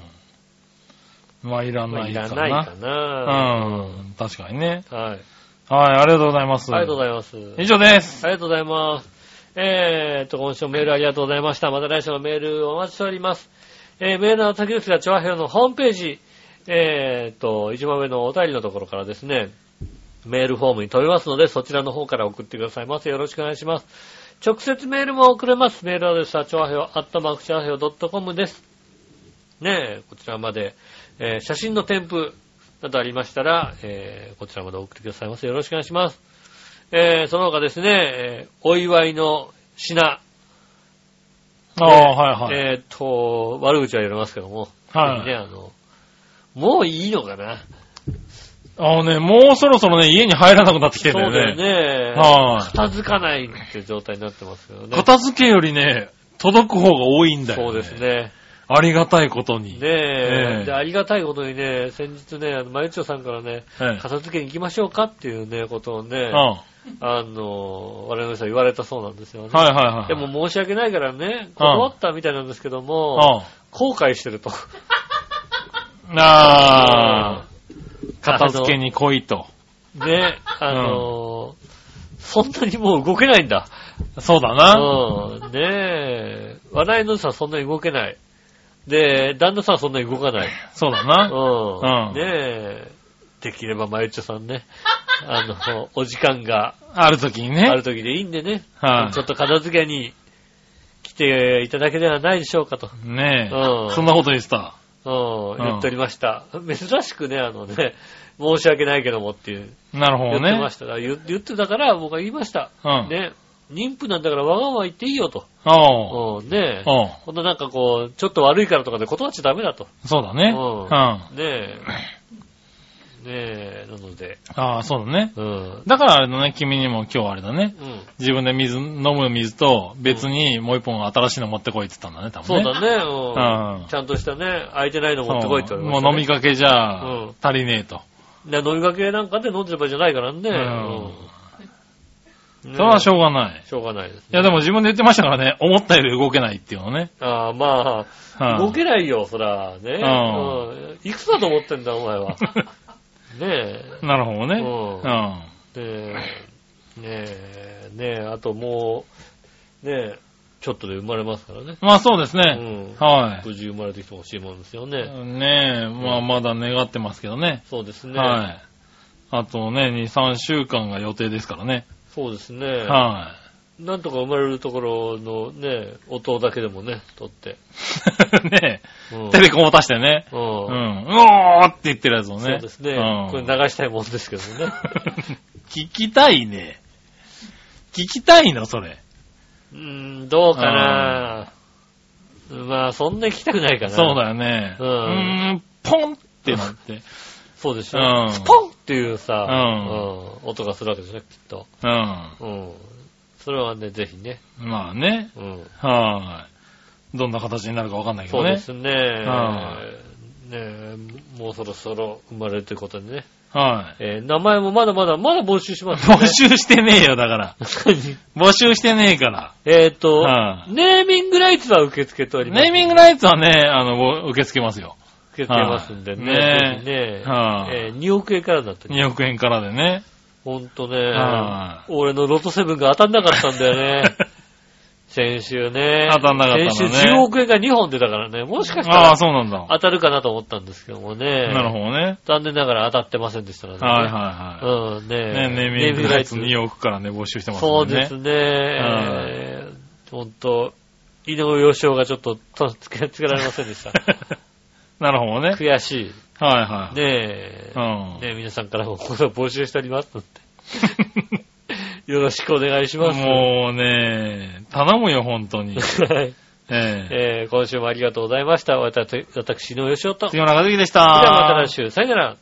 まあ、いらまあないいらかないかな。な。うん。確かにね。はい。はい、ありがとうございます。ありがとうございざいます。以上です。ありがとうございます。えーっと、今週もメールありがとうございました。また来週のメールお待ちしております。えー、メールの先ですが、チョアヘヨのホームページ、えーっと、一番上のお便りのところからですね、メールフォームに飛びますので、そちらの方から送ってくださいませ。よろしくお願いします。直接メールも送れます。メールアドレスは、チョアヘヨ、アットマークチョアヘヨ .com です。ねえ、こちらまで、えー写真の添付などありましたら、えーこちらまで送ってくださいませ。よろしくお願いします。えーその他ですね、えーお祝いの品、ああー、はいはい。えっ、と、悪口は言われますけども、はいぜひね、あの、もういいのかな。あのね、もうそろそろね、家に入らなくなってきてるんそうだだよよね。ね。はい片付かないって状態になってますけどね。片付けよりね、届く方が多いんだよ、そね。うです。ね。ありがたいことに。ねえええでありがたいことにね、先日ね、あの、まゆちょさんからね、ええ片付けに行きましょうかっていうね、ことをね、うん。はいあの、我々の人は言われたそうなんですよね。はいはい。でも申し訳ないからね、断ったみたいなんですけどうも、ん。後悔してると。なあ、片付けに来いと。ね、あのーそんなにもう動けないんだ。そうだうな。ん、ねえ。笑いのさんそんなに動けない。で、旦那さんそんなに動かない。そうだうな。ん。うんねえ。できれば、まゆっちょさん ね。あの、お時間がある時にあねる。時でいいんでね。はいちょっと片付けに来ていただけではないでしょうかと。ねうんえ。そんなこと言ってた。うん、うん言っておりました。珍しくね、あのね、申し訳ないけどもっていう。なるほ言どってまね。したから。言言ってたから、僕は言いました。うんね。妊婦なんだからわがまま言っていいよと。おううん、ねえ。おうこんななんかこう、ちょっと悪いからとかで断っちゃダメだと。そうだね。ううんん。あねえ。ねえ、なので。あ、そうだね。うん。だからあれだね、君にも今日あれだね。うん。自分で水、飲む水と別にもう一本新しいの持ってこいって言ったんだね、多そう分ね。だね。うんうんちゃんとしたね、空いてないの持ってこいって言われもまう飲しみたねかけじうゃん足りねえと。ね飲みかけなんかで飲んでればいいじゃないからね。うん。それはしょょうがない。しょうがないですいやでも自分で言ってましたからね、思ったより動けないっていうのね。ああ、まうあ、ん動けないよ、そら、ね。うんうん。いくつだと思ってんだ、お前 は。ねえ。 なるほどね。ううで、ねえ、ねえ、あともう、ねえ、ちょっとで生まれますからね。ん。まあそうですうね。ん。は無事生まれてきてほしいもんですよね。い。ねえ、まあまだ願ってますけどね。そうですね。はい。あとね、2、3週間が予定ですからね。そうですね。はなんとか生まれるところのね、音だけでもね、取って。い。 ねうんえ、テレコ持たしてね。ううんん。うおーって言ってるやつをね。そうですね。うんこれ流したいもんですけどね。 聞きたいね。聞きたいの、それ。うーん、どうかなまあ、そんな聞きたくないかな。そうだよね。ううんーん、ポンってなって。 そうでしょ。うんスポンっていうさ、ううんん音がするわけですね、きっと。うん。うん。それはね、ぜひね。まあね。うん。はい。どんな形になるかわかんないけそどうでね。すね。ねえ、もうそろそろ生まれるということでね。はい。えー名前もまだまだ、まだ募集します、ね。募集してねえよ、だから。何募集してねえから。 えっと、はネーミングライツは受け付けております。ネーミングライライツはね、あの、受け付けますよ。ツ受け付けますんでね。はいぜひねはいえー2億円からだったり。 2億円からでね。ほんとね、はい俺のロトセブンが当たんなかったんだよね。先週ね。当たんなかったんだね先週10億円が2本出たからね、もしかした ああ、らそうなんだ。当たるかなと思ったんですけどもね。なるほどね。残念ながら当たってませんでしたので、ね。はいはいはうん、ねい。ね、ネーミングライツ2億からね、募集してますそうんでね。ですね。えーほんと、井上洋翔がちょっととつけつけられませんで した。なるほどね。悔し。はいはいい。ねえ、うん。ねえ皆さんからもこれを募集しておりますので。よろしくお願いします。もうね、頼むよ、本当に。はいええ。えー今週もありがとうございました。わた私、井上洋翔と。それ杉村和樹でしでた。はまた来週。さよなら。